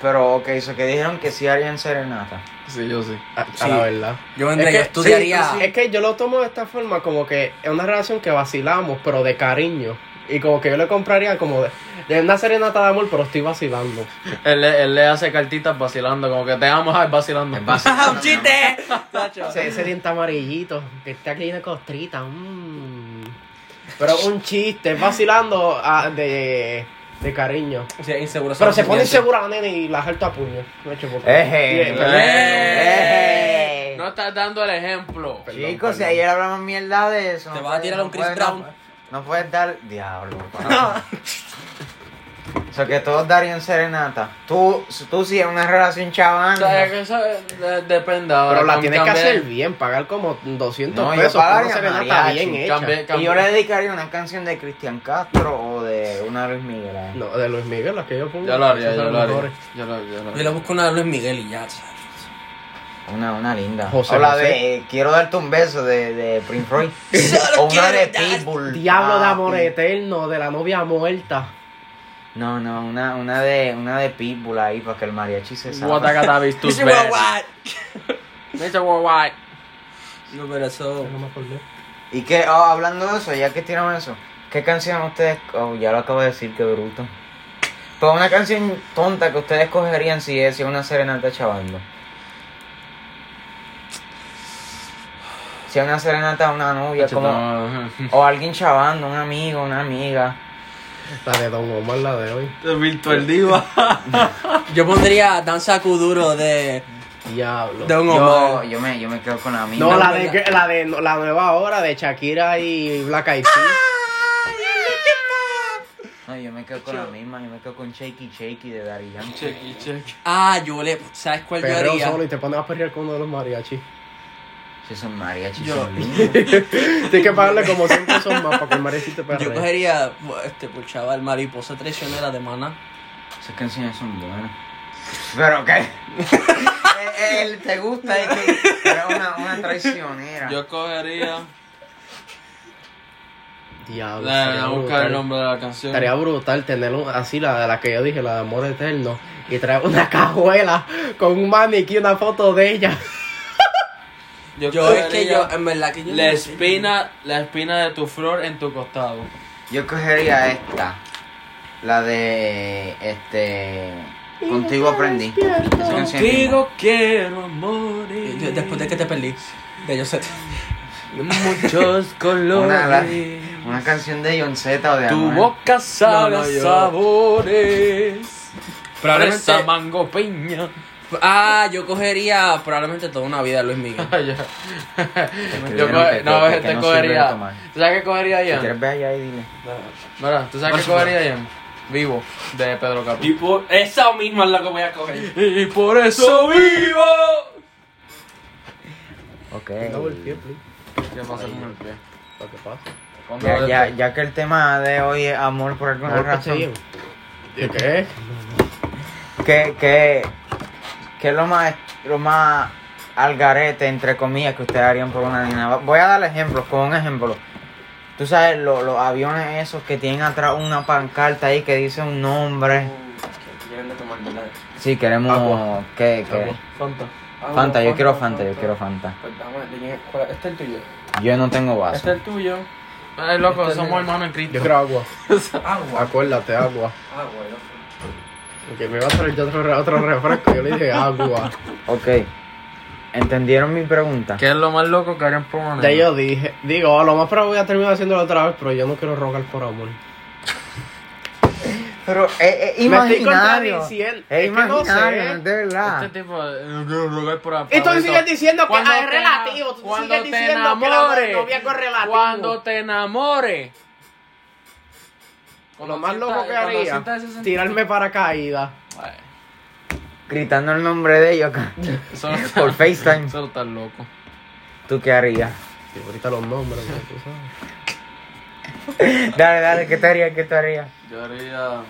Speaker 1: Pero, ok, eso que dijeron que sí harían serenata.
Speaker 2: Sí, yo sí.
Speaker 3: A, a
Speaker 4: Sí.
Speaker 3: la verdad.
Speaker 4: Yo vendría,
Speaker 3: Es
Speaker 4: yo
Speaker 3: que-
Speaker 4: estudiaría.
Speaker 3: sí, Es que yo lo tomo de esta forma, como que es una relación que vacilamos, pero de cariño. Y como que yo le compraría como de, de una serenata de amor, pero estoy vacilando.
Speaker 2: Él, le- él le hace cartitas vacilando, como que te vamos a vacilando.
Speaker 4: ¡Ah, un chiste! Nacho.
Speaker 3: Ese, ese diente amarillito, que está aquí de costrita. mm. Pero un chiste, es vacilando ah, de, de cariño.
Speaker 4: O sea, inseguro.
Speaker 3: Pero se
Speaker 4: sentimiento.
Speaker 3: pone insegura la nena y la jalto a puño. No he hecho por-
Speaker 1: Eje.
Speaker 3: Sí, pero-
Speaker 1: Eje.
Speaker 2: No, no estás dando el ejemplo.
Speaker 3: Perdón,
Speaker 1: Chicos, si
Speaker 3: perdón.
Speaker 1: ayer hablamos mierda de eso.
Speaker 4: Te
Speaker 1: no
Speaker 4: vas a
Speaker 1: puedes-
Speaker 4: tirar a un
Speaker 1: no
Speaker 4: Chris
Speaker 1: puedes-
Speaker 4: Brown.
Speaker 1: No, no puedes dar. Diablo, papá. O sea, que todos darían serenata. Tú, tú sí, en una relación
Speaker 2: O sea,
Speaker 1: chaval.
Speaker 2: que eso eh, de- depende ahora.
Speaker 3: Pero la
Speaker 2: cam-
Speaker 3: tienes que
Speaker 2: cambié-
Speaker 3: hacer bien, pagar como 200
Speaker 1: No, yo
Speaker 3: pesos por
Speaker 1: pagaría
Speaker 3: una serenata
Speaker 1: mariachi,
Speaker 3: bien hecha.
Speaker 2: cambié-
Speaker 1: Y yo le dedicaría una canción de Cristian Castro o de una Luis Miguel. ¿eh?
Speaker 3: No, de Luis Miguel, las que yo pongo.
Speaker 2: Yo lo haría,
Speaker 3: esas
Speaker 2: yo
Speaker 3: son
Speaker 2: lo
Speaker 3: las
Speaker 2: haría.
Speaker 3: mejores.
Speaker 2: Yo lo yo lo
Speaker 4: Yo
Speaker 2: haría.
Speaker 4: le busco una a Luis Miguel y ya, chaval.
Speaker 1: Una, una linda.
Speaker 3: José
Speaker 1: o la
Speaker 3: José.
Speaker 1: de eh, Quiero darte un beso de, de Prince Roy.
Speaker 4: Solo
Speaker 1: o una
Speaker 4: quiero
Speaker 1: de
Speaker 4: dar-
Speaker 1: Pitbull. Ah,
Speaker 3: Diablo de
Speaker 1: papi.
Speaker 3: amor eterno, de la novia muerta.
Speaker 1: No, no, una, una de una de Pitbull ahí para que el mariachi se salga.
Speaker 2: Guatacatavis, tus
Speaker 4: Dice
Speaker 2: venas.
Speaker 4: guaguat.
Speaker 2: Mr. Worldwide.
Speaker 4: No, pero eso.
Speaker 3: me acordé.
Speaker 1: Y que, oh, hablando de eso, ya que tiramos eso, ¿qué canción ustedes, oh, ya lo acabo de decir, qué bruto. Pero una canción tonta que ustedes cogerían si es si es una serenata chavando. Si es una serenata a una novia, como, o alguien chavando, un amigo, una amiga.
Speaker 3: La de Don Omar, la de hoy.
Speaker 2: Virtual Diva.
Speaker 4: Yo pondría Danza Kuduro de.
Speaker 3: Diablo.
Speaker 4: De un
Speaker 1: Yo,
Speaker 4: hombre.
Speaker 1: yo, me, yo me quedo con la amiga.
Speaker 3: No, la
Speaker 4: no,
Speaker 3: de,
Speaker 4: no.
Speaker 3: la de no, la nueva hora de Shakira y Black Eyed Peas.
Speaker 2: Ah,
Speaker 1: No, yo me quedo con la misma, yo me quedo con Shaky Shaky de Daddy Yankee.
Speaker 2: Chequi, chequi.
Speaker 4: Ah, yo le. ¿Sabes cuál yo
Speaker 3: Perreo solo
Speaker 4: haría?
Speaker 3: y te pones a perrear con uno de los mariachis.
Speaker 1: Si son mariachis,
Speaker 4: Yo-
Speaker 1: son lindos.
Speaker 3: Tienes que pagarle como 100 pesos más para que el mariachi te
Speaker 4: Yo
Speaker 3: perree.
Speaker 4: cogería. Este, por chaval, Mariposa Traicionera de Maná.
Speaker 1: Esas canciones son buenas. ¿Pero qué? él, él te gusta y tú... Pero una, una traicionera.
Speaker 2: Yo cogería.
Speaker 3: Diablo.
Speaker 2: Dale,
Speaker 3: estaría
Speaker 2: a
Speaker 3: brutal.
Speaker 2: buscar el nombre de la canción.
Speaker 3: Estaría brutal tener un- así la de la que yo dije, la de amor eterno. Y traer una cajuela con un maniquí, una foto de ella.
Speaker 2: Yo,
Speaker 4: Yo es que yo, en verdad que yo.
Speaker 2: La espina, la espina de tu flor en tu costado.
Speaker 1: Yo cogería esta. La de... Este... Contigo aprendí. Esa canción es bien
Speaker 2: Contigo quiero
Speaker 4: Eh, Yo-
Speaker 2: morir.
Speaker 4: Después de que te perdí. De Josette.
Speaker 2: Muchos
Speaker 1: buena. Una, la-
Speaker 2: colores.
Speaker 1: una canción de John Z o de
Speaker 2: Tu
Speaker 1: Anuel.
Speaker 2: boca sabe
Speaker 4: No, no, yo-
Speaker 2: a sabores.
Speaker 4: Probablemente-
Speaker 2: Fresa, mango, piña.
Speaker 4: Ah, yo cogería probablemente toda una vida de Luis Miguel.
Speaker 2: Ay, ya. Yo
Speaker 1: escribieron
Speaker 2: coge-
Speaker 1: que-
Speaker 2: no,
Speaker 1: que- que
Speaker 2: te
Speaker 1: no sirve de
Speaker 2: cogería.
Speaker 1: tomar.
Speaker 2: ¿Tú sabes qué cogería
Speaker 1: Si
Speaker 2: Ian?
Speaker 1: quieres ve allá y dile.
Speaker 2: Mira, ¿tú sabes qué cogería Ian? Vivo, de Pedro Capó.
Speaker 4: por esa misma es la que voy a coger.
Speaker 2: Y por eso vivo.
Speaker 1: Ok.
Speaker 3: Dame el pie, please,
Speaker 2: ¿Qué pasa con el pie?
Speaker 3: para que pase.
Speaker 1: Ya, ya, ya que el tema de hoy es amor por alguna
Speaker 3: Amor,
Speaker 1: razón.
Speaker 3: bien. ¿De qué?
Speaker 1: ¿Qué, qué, qué es lo más, lo más al garete, entre comillas, que ustedes harían por una nena? Va- Voy a dar ejemplos, como un ejemplo. Tú sabes, lo- los aviones esos que tienen atrás una pancarta ahí que dice un nombre.
Speaker 3: Mm.
Speaker 4: Quieren de tomar verdad.
Speaker 1: Sí, queremos... que que
Speaker 4: Ah, Fanta.
Speaker 1: Fanta, yo quiero Fanta, yo quiero Fanta.
Speaker 4: Pues dame, dime, ¿cuál es? este es el tuyo. ¿Este
Speaker 1: Yo no tengo
Speaker 3: Este-
Speaker 1: vaso.
Speaker 4: es el tuyo.
Speaker 2: Ay, eh, loco, somos hermanos en Cristo.
Speaker 3: Yo quiero agua.
Speaker 4: Agua.
Speaker 3: Acuérdate, agua.
Speaker 4: Ah, bueno.
Speaker 3: Porque me iba a traer yo otro, re- otro refresco. Yo le dije agua.
Speaker 1: Ok. ¿Entendieron mi pregunta?
Speaker 2: ¿Qué es lo más loco que harían por una
Speaker 3: Ya
Speaker 2: nena?
Speaker 3: yo dije, digo, a lo más probable voy a terminar haciéndolo otra vez, pero yo no quiero rogar por amor.
Speaker 1: Pero es es
Speaker 3: Me estoy
Speaker 1: imaginario.
Speaker 3: contradiciendo. Es
Speaker 1: Es
Speaker 3: que no
Speaker 1: imaginario,
Speaker 3: sé.
Speaker 1: no es de verdad.
Speaker 2: Este tipo de- no quiero rogar por
Speaker 3: Y tú sigues diciendo que
Speaker 2: Cuando
Speaker 3: ah, es
Speaker 2: te-
Speaker 3: relativo. Tú
Speaker 2: cuando te
Speaker 3: sigues diciendo que la
Speaker 2: enamores.
Speaker 3: novia es relativo.
Speaker 2: Cuando te enamores.
Speaker 3: Lo más loco que haría, tirarme paracaídas.
Speaker 1: Gritando el nombre de ellos acá. Por FaceTime.
Speaker 2: Solo estás loco.
Speaker 1: ¿Tú qué harías?
Speaker 3: Y ahorita los nombres, ¿no? tú sabes.
Speaker 1: Dale, dale, ¿qué te harías? ¿Qué te harías?
Speaker 2: Yo haría.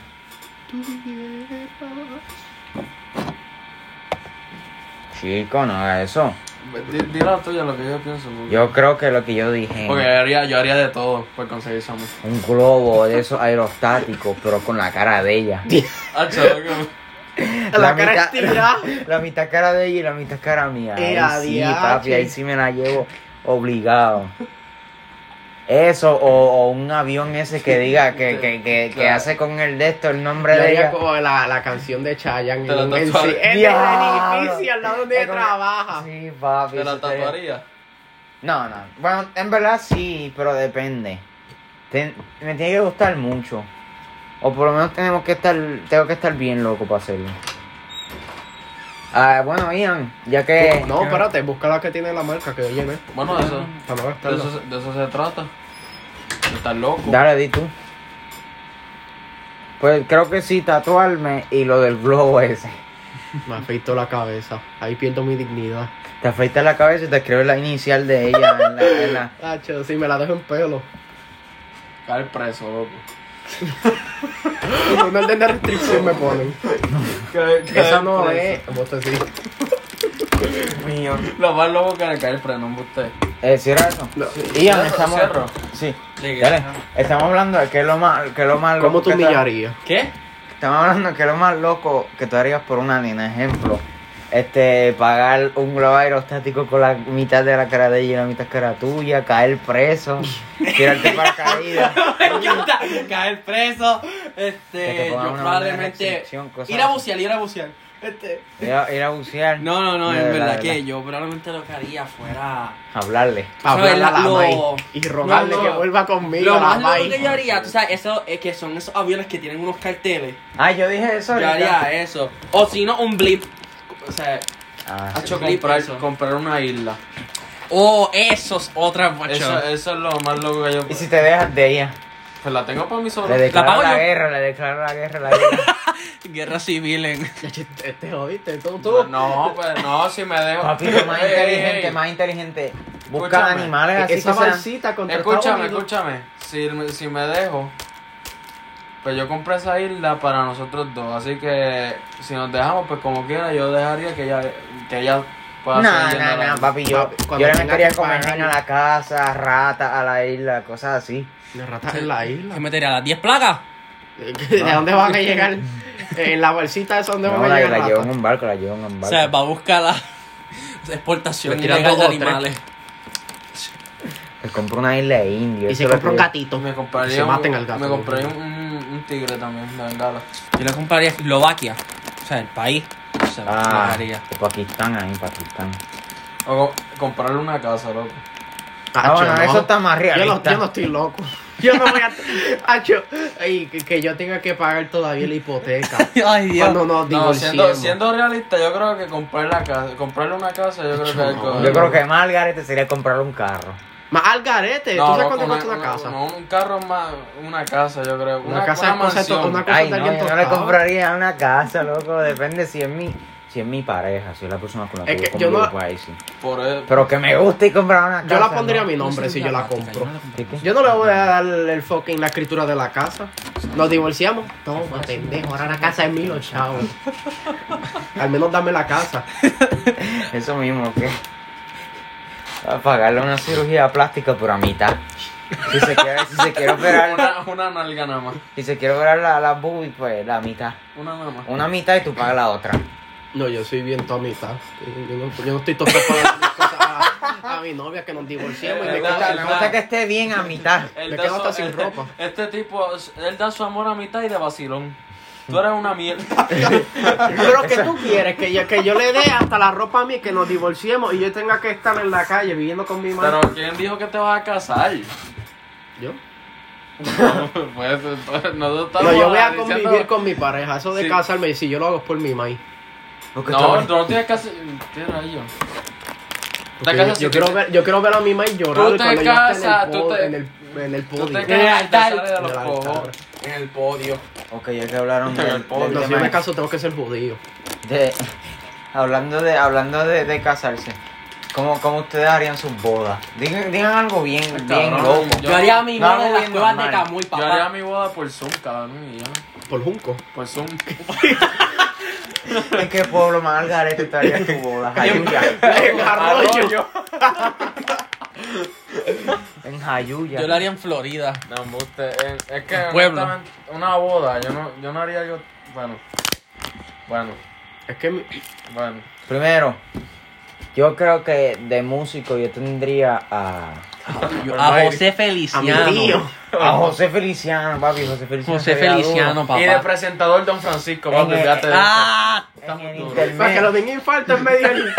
Speaker 1: Chico, no haga eso.
Speaker 2: Di, di la tuya, lo que yo pienso. porque-
Speaker 1: Yo creo que lo que yo dije,
Speaker 2: Porque yo haría, yo haría de todo por conseguir esa mujer.
Speaker 1: un globo de esos aerostáticos, pero con la cara de ella.
Speaker 2: Ah, chaval, que-
Speaker 3: La, cara estirada.
Speaker 1: La mitad cara de ella y la mitad cara mía.
Speaker 3: Eh,
Speaker 1: Ahí sí,
Speaker 3: adiache.
Speaker 1: papi, ahí sí me la llevo obligado. Eso, o, o un avión ese que diga que, que, que, que
Speaker 2: Claro.
Speaker 1: hace con el de esto el
Speaker 3: Yo
Speaker 1: nombre de
Speaker 3: haría
Speaker 1: ella.
Speaker 3: como la, la canción de Chayanne.
Speaker 2: Te la
Speaker 3: en un- en-
Speaker 2: tatuaje.
Speaker 3: sí, En el
Speaker 1: Diablo.
Speaker 3: edificio al lado donde
Speaker 1: Es
Speaker 3: ella
Speaker 1: como-
Speaker 3: trabaja.
Speaker 1: Sí, papi.
Speaker 2: ¿Te la
Speaker 1: eso te-
Speaker 2: tatuaría?
Speaker 1: No, no. Bueno, en verdad sí, pero depende. Ten- me tiene que gustar mucho. O por lo menos tenemos que estar, tengo que estar bien loco para hacerlo. Ah, bueno, Ian, ya que.
Speaker 3: Oh, No, espérate, busca la que tiene la marca que yo llené.
Speaker 2: Bueno, de eso,
Speaker 3: Para no
Speaker 2: de
Speaker 3: gastarla.
Speaker 2: eso, se- de eso se trata. De estar loco.
Speaker 1: Dale, di tú. Pues creo que sí, tatuarme y lo del globo ese.
Speaker 3: Me afeito la cabeza. Ahí pierdo mi dignidad.
Speaker 1: Te afeitas la cabeza y te escribes la inicial de ella en la. en la-
Speaker 3: Tacho, sí, me la dejo en pelo.
Speaker 2: Caer preso, loco.
Speaker 3: Una orden de restricción me ponen. Esa no es. botecito.
Speaker 1: Mío.
Speaker 2: Lo más loco que le cae el freno, usted.
Speaker 1: Eh, cierra eso.
Speaker 3: No.
Speaker 1: Ian,
Speaker 2: Cierro,
Speaker 1: estamos.
Speaker 2: cierro.
Speaker 1: Sí. Dale. Estamos hablando de qué es lo más, qué es lo más
Speaker 3: ¿Cómo
Speaker 1: loco.
Speaker 3: tú
Speaker 1: que te-
Speaker 3: humillarías?
Speaker 2: ¿Qué?
Speaker 1: Estamos hablando de qué es lo más loco que tú harías por una nena. Ejemplo. Este, pagar un globo aerostático con la mitad de la cara de ella y la mitad cara tuya, caer preso, tirarte para caída.
Speaker 4: Me encanta caer preso. Este,
Speaker 1: Que te
Speaker 4: yo
Speaker 1: pongan una orden de
Speaker 4: probablemente.
Speaker 1: restricción, cosas
Speaker 4: Ir a
Speaker 1: así.
Speaker 4: bucear, ir a bucear. Este.
Speaker 1: Ir a, ir a bucear.
Speaker 4: No, no, no,
Speaker 1: De
Speaker 4: en verdad
Speaker 1: de
Speaker 4: que yo probablemente lo que haría fuera.
Speaker 1: Hablarle.
Speaker 3: Hablarle a la
Speaker 4: lo-
Speaker 3: May y rogarle
Speaker 4: No, no.
Speaker 3: que vuelva conmigo.
Speaker 4: Lo
Speaker 3: a la
Speaker 4: más loco
Speaker 3: May.
Speaker 4: que yo haría, tú sabes, eso, es que son esos aviones que tienen unos carteles.
Speaker 1: Ah, yo dije eso.
Speaker 4: Yo
Speaker 1: ahorita.
Speaker 4: haría eso. O si no, un blip. O sea,
Speaker 1: Ah,
Speaker 4: Ah,
Speaker 1: sí.
Speaker 4: Chocolate
Speaker 2: comprar,
Speaker 4: preso.
Speaker 2: comprar una isla.
Speaker 4: o esos otras
Speaker 2: Eso,
Speaker 4: guachos.
Speaker 2: eso es lo más loco que yo.
Speaker 1: Y si te dejas de ella,
Speaker 2: Pues la tengo para mi solo.
Speaker 1: le declaro
Speaker 4: pago
Speaker 1: la,
Speaker 4: yo.
Speaker 1: guerra, le declaro la guerra, la guerra.
Speaker 4: Guerra civil en.
Speaker 3: Tacho, Te, te jodiste, tú, tú.
Speaker 2: No, pues no, si me dejo.
Speaker 1: Papito, más
Speaker 2: Ey, ey,
Speaker 1: inteligente,
Speaker 2: ey.
Speaker 1: más inteligente. Busca
Speaker 2: Escúchame,
Speaker 4: e-
Speaker 1: animales así
Speaker 3: Eh, Esa
Speaker 1: que sean-
Speaker 3: balsita contra Estados
Speaker 2: Escúchame,
Speaker 3: Unidos.
Speaker 2: escúchame. Si, me- si me dejo, pues yo compré esa isla para nosotros dos. Así que si nos dejamos, pues como quiera, yo dejaría que ella, que ella pueda
Speaker 1: No,
Speaker 2: seguir
Speaker 1: no,
Speaker 2: yendo a la-
Speaker 1: no, papi, yo,
Speaker 3: Papi,
Speaker 1: yo
Speaker 3: cuando
Speaker 1: le
Speaker 3: tenga
Speaker 1: metería
Speaker 3: que
Speaker 1: comer
Speaker 3: pagar-
Speaker 1: gente a la casa, rata a la isla, cosas así.
Speaker 3: Las ratas en la isla.
Speaker 4: ¿Qué metería? ¿Las 10 placas?
Speaker 3: ¿De dónde van a llegar? En la bolsita esa donde
Speaker 1: No,
Speaker 3: van
Speaker 1: la,
Speaker 3: a
Speaker 1: la
Speaker 3: llegar
Speaker 1: llevo en
Speaker 3: ratas?
Speaker 1: un barco, la llevo en un
Speaker 4: O sea,
Speaker 1: barco.
Speaker 4: va a buscar la exportación
Speaker 3: Le tiran
Speaker 4: ilegal de
Speaker 3: dos o tres.
Speaker 4: animales.
Speaker 1: Te compro una isla de indio.
Speaker 3: Y
Speaker 1: eso
Speaker 3: se
Speaker 1: es lo
Speaker 3: compra
Speaker 1: que
Speaker 3: un
Speaker 1: yo-
Speaker 3: gatito.
Speaker 2: Pues Me
Speaker 3: Que
Speaker 2: compraría,
Speaker 3: se maten
Speaker 2: un,
Speaker 3: al gato.
Speaker 2: me compraría un, un- un tigre también, de bengala.
Speaker 4: Yo le compraría Eslovaquia. O sea, el país. O sea,
Speaker 1: Ah,
Speaker 4: lo haría.
Speaker 1: de Pakistán ahí, Pakistán.
Speaker 2: O co- comprarle una casa, loco.
Speaker 1: Ah, bueno,
Speaker 3: Tacho, no.
Speaker 1: eso está más
Speaker 3: Yo no,
Speaker 1: realista.
Speaker 3: yo no estoy loco. Yo no voy a. Acho, ay, que, que yo tenga que pagar todavía la hipoteca.
Speaker 4: Ay, Dios.
Speaker 3: Cuando nos
Speaker 2: No, siendo,
Speaker 3: divorciemos.
Speaker 2: siendo realista, yo creo que comprar la casa, comprarle una casa, yo creo que hay
Speaker 3: no.
Speaker 2: co-
Speaker 1: Yo creo que más al garete sería comprar un carro.
Speaker 3: Más al garete.
Speaker 2: No,
Speaker 3: eh, ¿Tú sabes
Speaker 2: loco,
Speaker 3: cuánto cuesta una casa?
Speaker 2: No, un carro más, una casa, yo creo. Una,
Speaker 3: Una casa
Speaker 2: una
Speaker 3: es cosa de to-
Speaker 2: mansión.
Speaker 3: una Cosas
Speaker 1: Ay,
Speaker 3: de
Speaker 1: no,
Speaker 3: alguien
Speaker 1: yo no le
Speaker 3: tostado.
Speaker 1: compraría una casa, loco. Depende si es mi, si es mi pareja, si es la persona con la que
Speaker 3: Es
Speaker 1: yo
Speaker 3: que
Speaker 1: convivo,
Speaker 3: yo no-
Speaker 1: pues ahí sí.
Speaker 2: Por e-, eso.
Speaker 1: Pero que me guste y comprar una casa.
Speaker 3: Yo la pondría a
Speaker 1: ¿no?
Speaker 3: mi nombre si yo la compro.
Speaker 1: ¿Sí que?
Speaker 3: Yo no le voy a dar el fucking la escritura de la casa. Nos divorciamos. Toma, pendejo. Ahora la casa es mío, chao. Al menos dame la casa.
Speaker 1: Eso mismo, que a pagarle una cirugía plástica, pero a mitad. Si se quiere, si se quiere operar,
Speaker 2: Una, una nalga nada más.
Speaker 1: si se quiere operar la, la boobie, pues la mitad.
Speaker 2: Una nada más.
Speaker 1: Una mitad y tú pagas la otra.
Speaker 3: No, yo soy bien toda mitad. Yo no, yo no estoy todo preparado las cosas a, a mi novia que nos divorciemos y me
Speaker 1: Me
Speaker 2: Eh, Verdad,
Speaker 1: gusta,
Speaker 3: quita
Speaker 1: me
Speaker 2: verdad.
Speaker 1: gusta que esté bien a mitad.
Speaker 2: Él
Speaker 3: Me
Speaker 2: da
Speaker 3: quedo
Speaker 2: su-
Speaker 3: hasta sin
Speaker 2: este-
Speaker 3: ropa.
Speaker 2: Este tipo, él da su amor a mitad y de vacilón. Tú eres una mierda.
Speaker 3: Pero que tú quieres que yo, que yo le dé hasta la ropa a mí, que nos divorciemos y yo tenga que estar en la calle viviendo con mi madre.
Speaker 2: Pero ¿quién dijo que te vas a casar?
Speaker 3: Yo.
Speaker 2: pues entonces, nosotros
Speaker 3: No,
Speaker 2: estamos
Speaker 3: yo voy a
Speaker 2: diciendo-
Speaker 3: convivir con mi pareja. Eso de
Speaker 2: Sí.
Speaker 3: casarme, si yo lo hago es por mi madre.
Speaker 1: Porque
Speaker 2: No,
Speaker 1: tú-
Speaker 2: tú no tienes que hacer. ¿Qué rayo? Te
Speaker 3: Porque Yo,
Speaker 2: casas
Speaker 3: yo
Speaker 2: si
Speaker 3: quiero
Speaker 2: tú-
Speaker 3: ver, yo quiero ver a mi madre llorar
Speaker 2: Tú
Speaker 3: y
Speaker 2: te
Speaker 3: cuando
Speaker 2: casas,
Speaker 3: yo
Speaker 2: tú
Speaker 3: esté
Speaker 2: te-
Speaker 3: en el, pod- en el, en el
Speaker 2: Tú te
Speaker 3: podio.
Speaker 4: En el
Speaker 2: quedas
Speaker 4: altar.
Speaker 2: al de los
Speaker 3: En el
Speaker 2: cojones.
Speaker 3: altar.
Speaker 4: En el podio.
Speaker 1: Ok, ya que hablaron de,
Speaker 2: En el podio.
Speaker 3: Entonces, si yo
Speaker 1: tema
Speaker 3: me caso, tengo que ser judío.
Speaker 1: de- hablando de, hablando de, de casarse. ¿Cómo, ¿Cómo ustedes harían sus bodas? Digan, digan algo bien, bien
Speaker 2: Cabrón,
Speaker 1: loco.
Speaker 4: Yo, haría mi
Speaker 1: No,
Speaker 4: mano en
Speaker 1: no,
Speaker 4: las
Speaker 1: bien
Speaker 4: cuevas de
Speaker 1: normal.
Speaker 4: Camuy,
Speaker 2: Yo haría
Speaker 4: papá.
Speaker 2: mi boda por Zoom, cabrón, y ya.
Speaker 3: Por Junco.
Speaker 2: Por Zoom.
Speaker 1: ¿En qué pueblo más al garete tú harías tu boda? Jayuya.
Speaker 3: En
Speaker 2: Arroyo.
Speaker 3: Arroyo.
Speaker 1: En Jayuya.
Speaker 4: Yo lo haría en Florida.
Speaker 2: No, embuste. Eh, Es que
Speaker 4: Pueblo.
Speaker 2: honestamente, una boda, yo no, yo no haría algo. Bueno. Bueno,
Speaker 3: Es que mi-
Speaker 2: bueno.
Speaker 1: Primero, yo creo que de músico yo tendría a,
Speaker 2: Yo-
Speaker 4: A
Speaker 2: Ay,
Speaker 4: José
Speaker 3: a mi tío.
Speaker 4: Feliciano.
Speaker 1: a José Feliciano, papi, José Feliciano.
Speaker 4: José
Speaker 1: sería duro.
Speaker 4: Feliciano,
Speaker 2: Y de
Speaker 4: papá.
Speaker 2: presentador Don Francisco,
Speaker 1: En
Speaker 2: papi,
Speaker 1: el-
Speaker 2: fíjate.
Speaker 4: Ah,
Speaker 3: Eh.
Speaker 1: En el
Speaker 2: Duro.
Speaker 3: Para que
Speaker 1: internet.
Speaker 3: lo den infarto en medio del-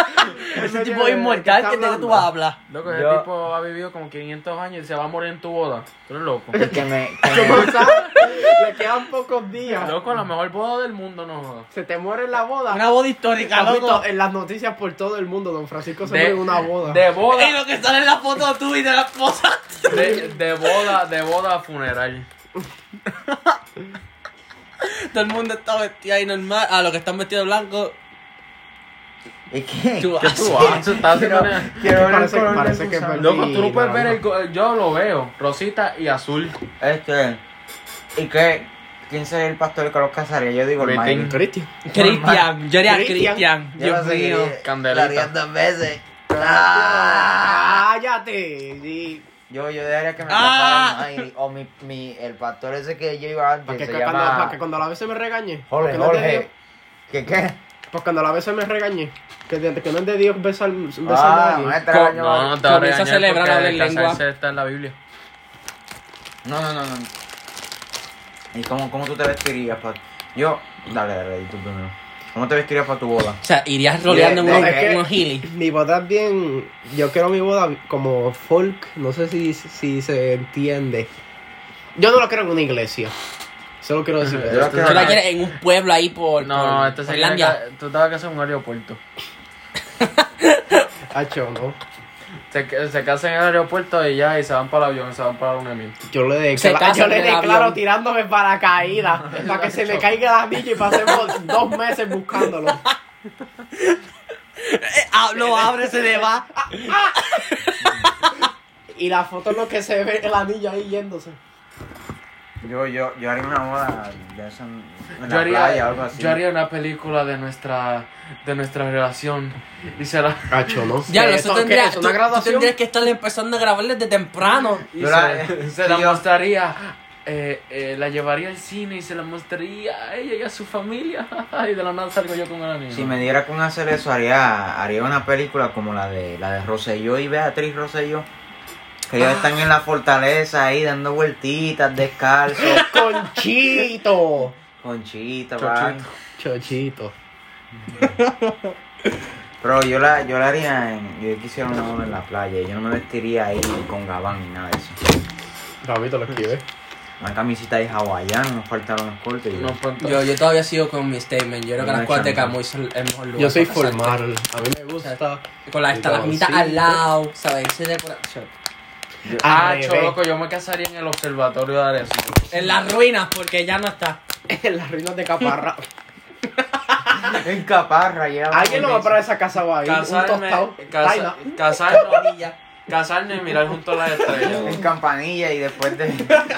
Speaker 4: Ese tipo de inmortal que, te- que tú hablas.
Speaker 2: Loco, ese
Speaker 1: Yo-
Speaker 2: tipo ha vivido como 500 años y se va a morir en tu boda. Tú eres loco.
Speaker 1: Y que me, que me-
Speaker 3: Le quedan pocos días.
Speaker 2: Loco, la mejor boda del mundo, no jodas.
Speaker 3: Se te muere en la boda.
Speaker 4: Una boda histórica,
Speaker 3: Está
Speaker 4: loco.
Speaker 3: visto en las noticias por todo el mundo, don Francisco se
Speaker 2: De-
Speaker 3: muere en una boda.
Speaker 2: De boda,
Speaker 4: Y lo que sale en la foto tú y de la esposa.
Speaker 2: de, de boda, de boda a funeral.
Speaker 4: Todo el mundo está vestido ahí normal. A los que están vestidos de blanco.
Speaker 1: ¿Y qué?
Speaker 4: Tú
Speaker 2: ¿Qué tú haces? Estás haciendo
Speaker 1: Quiero, quiero ver
Speaker 2: una-
Speaker 3: Parece-
Speaker 1: el color
Speaker 3: parece
Speaker 1: de
Speaker 3: que
Speaker 1: Susana.
Speaker 3: perdí.
Speaker 2: Loco, tú no puedes
Speaker 3: Sí,
Speaker 2: ver
Speaker 3: no,
Speaker 2: el. co- Yo lo veo, rosita y azul.
Speaker 1: Este, ¿y qué? ¿Quién sería el pastor que los casaría? Yo digo el
Speaker 2: Martín.
Speaker 1: Mike.
Speaker 3: Cristian.
Speaker 4: Cristian, yo era
Speaker 3: Cristian.
Speaker 4: Cristian.
Speaker 1: Yo
Speaker 4: Dios
Speaker 1: lo seguiría.
Speaker 4: mío.
Speaker 2: Candelita.
Speaker 1: La haría dos veces. Ah.
Speaker 3: Cállate. sí.
Speaker 1: Yo, yo dejaría que me
Speaker 4: Ah.
Speaker 1: casaran Mike. O mi, mi, el pastor ese que yo iba antes.
Speaker 3: Para que,
Speaker 1: se
Speaker 3: cuando, para
Speaker 1: llama...
Speaker 3: que cuando la vez se me regañe.
Speaker 1: Jorge,
Speaker 3: porque no es de Dios.
Speaker 1: Jorge. ¿Qué qué?
Speaker 3: Pues cuando la vez se me regañe. Que, de- que no es de Dios besar, besar a
Speaker 1: Ah,
Speaker 3: alguien.
Speaker 1: me
Speaker 2: Co-
Speaker 1: extraño.
Speaker 2: No, no te
Speaker 4: Comienza
Speaker 2: va regañar
Speaker 4: a celebrar
Speaker 2: porque
Speaker 4: la lengua.
Speaker 2: casarse Está en la Biblia.
Speaker 1: No, no, no, no. ¿Y cómo, cómo tú te vestirías para.? Yo. Dale, dale, di tú primero. ¿Cómo te vestirías para tu boda?
Speaker 4: O sea, irías rodeando en
Speaker 1: de-
Speaker 4: unos
Speaker 1: de que-
Speaker 4: unos gilis.
Speaker 3: Mi boda es bien. Yo quiero mi boda como folk. No sé si, si se entiende. Yo no lo quiero en una iglesia. Solo quiero decir.
Speaker 1: Yo la
Speaker 3: eso.
Speaker 1: quiero-
Speaker 4: Tú la quieres en un pueblo ahí por.
Speaker 2: No,
Speaker 4: por-
Speaker 2: este
Speaker 4: por
Speaker 2: se
Speaker 4: Islandia.
Speaker 2: Tú te vas a casar en un aeropuerto.
Speaker 3: Hacho, no.
Speaker 2: Se, se casan en el aeropuerto y ya, y se van para el avión, se van para la luna
Speaker 3: Yo le
Speaker 4: Se
Speaker 3: declaro,
Speaker 4: casan
Speaker 3: yo le
Speaker 4: en el
Speaker 3: declaro
Speaker 4: avión.
Speaker 3: tirándome para caída. para que se me caiga la anillo y pasemos dos meses buscándolo.
Speaker 4: Eh, ah, Lo abre, se le va.
Speaker 3: Y la foto es lo que se ve el anillo ahí yéndose.
Speaker 1: Yo, yo, yo haría una boda de esa en en la
Speaker 2: Yo
Speaker 1: playa o
Speaker 2: haría,
Speaker 1: algo así.
Speaker 2: yo haría una película de nuestra, de nuestra relación y será...
Speaker 3: Hacho, no.
Speaker 4: Ya,
Speaker 3: Que
Speaker 4: lo
Speaker 3: eso-
Speaker 4: eso
Speaker 3: que
Speaker 4: tendría,
Speaker 3: es
Speaker 4: tú,
Speaker 3: una
Speaker 4: tú
Speaker 3: graduación.
Speaker 4: tendrías que estarle empezando a grabar desde temprano.
Speaker 2: Y
Speaker 1: Yo
Speaker 2: se,
Speaker 1: la-
Speaker 2: se
Speaker 1: sí,
Speaker 2: la
Speaker 1: yo-
Speaker 2: mostraría, eh, eh, la llevaría al cine y se la mostraría a ella y a su familia. Y de la nada salgo yo con el niña.
Speaker 1: Si me diera con hacer eso, haría, haría una película como la de la de Rosselló y Beatriz Rosselló. Que ellos están en la fortaleza ahí dando vueltitas, descalzos,
Speaker 3: Conchito.
Speaker 2: Ah.
Speaker 1: conchita,
Speaker 2: Chochito.
Speaker 1: bye.
Speaker 3: Chochito.
Speaker 1: Pero yo la, yo la haría en. Yo quisiera una boda en la playa. Yo no me vestiría ahí con gabán ni nada de eso.
Speaker 3: Rabito lo escribe.
Speaker 1: Una camisita de hawaiana, unos pantalones cortos. y-
Speaker 2: No, pues, pronto.
Speaker 4: Yo, yo todavía sigo con mi statement. Yo creo que
Speaker 1: Una
Speaker 4: las cuatecas
Speaker 1: chamba.
Speaker 4: muy son el mejor lugar.
Speaker 3: Yo soy
Speaker 4: para casarte.
Speaker 3: formal. A mí me gusta.
Speaker 4: Con las estalagmitas
Speaker 3: Caboncito.
Speaker 4: al lado, ¿sabes? Ese decoración.
Speaker 2: Ah,
Speaker 3: Al revés.
Speaker 2: choloco, yo me casaría en el observatorio de Arezzo.
Speaker 4: En las ruinas, porque ya no está.
Speaker 3: En las ruinas de Caparra.
Speaker 1: En caparra, ya.
Speaker 3: Alguien lo va a parar esa casa va a ir. Un
Speaker 2: Casarme,
Speaker 3: tostado.
Speaker 2: casa,
Speaker 3: Taina.
Speaker 2: casarme, casarme y mirar junto a las estrellas.
Speaker 1: En campanilla y después de.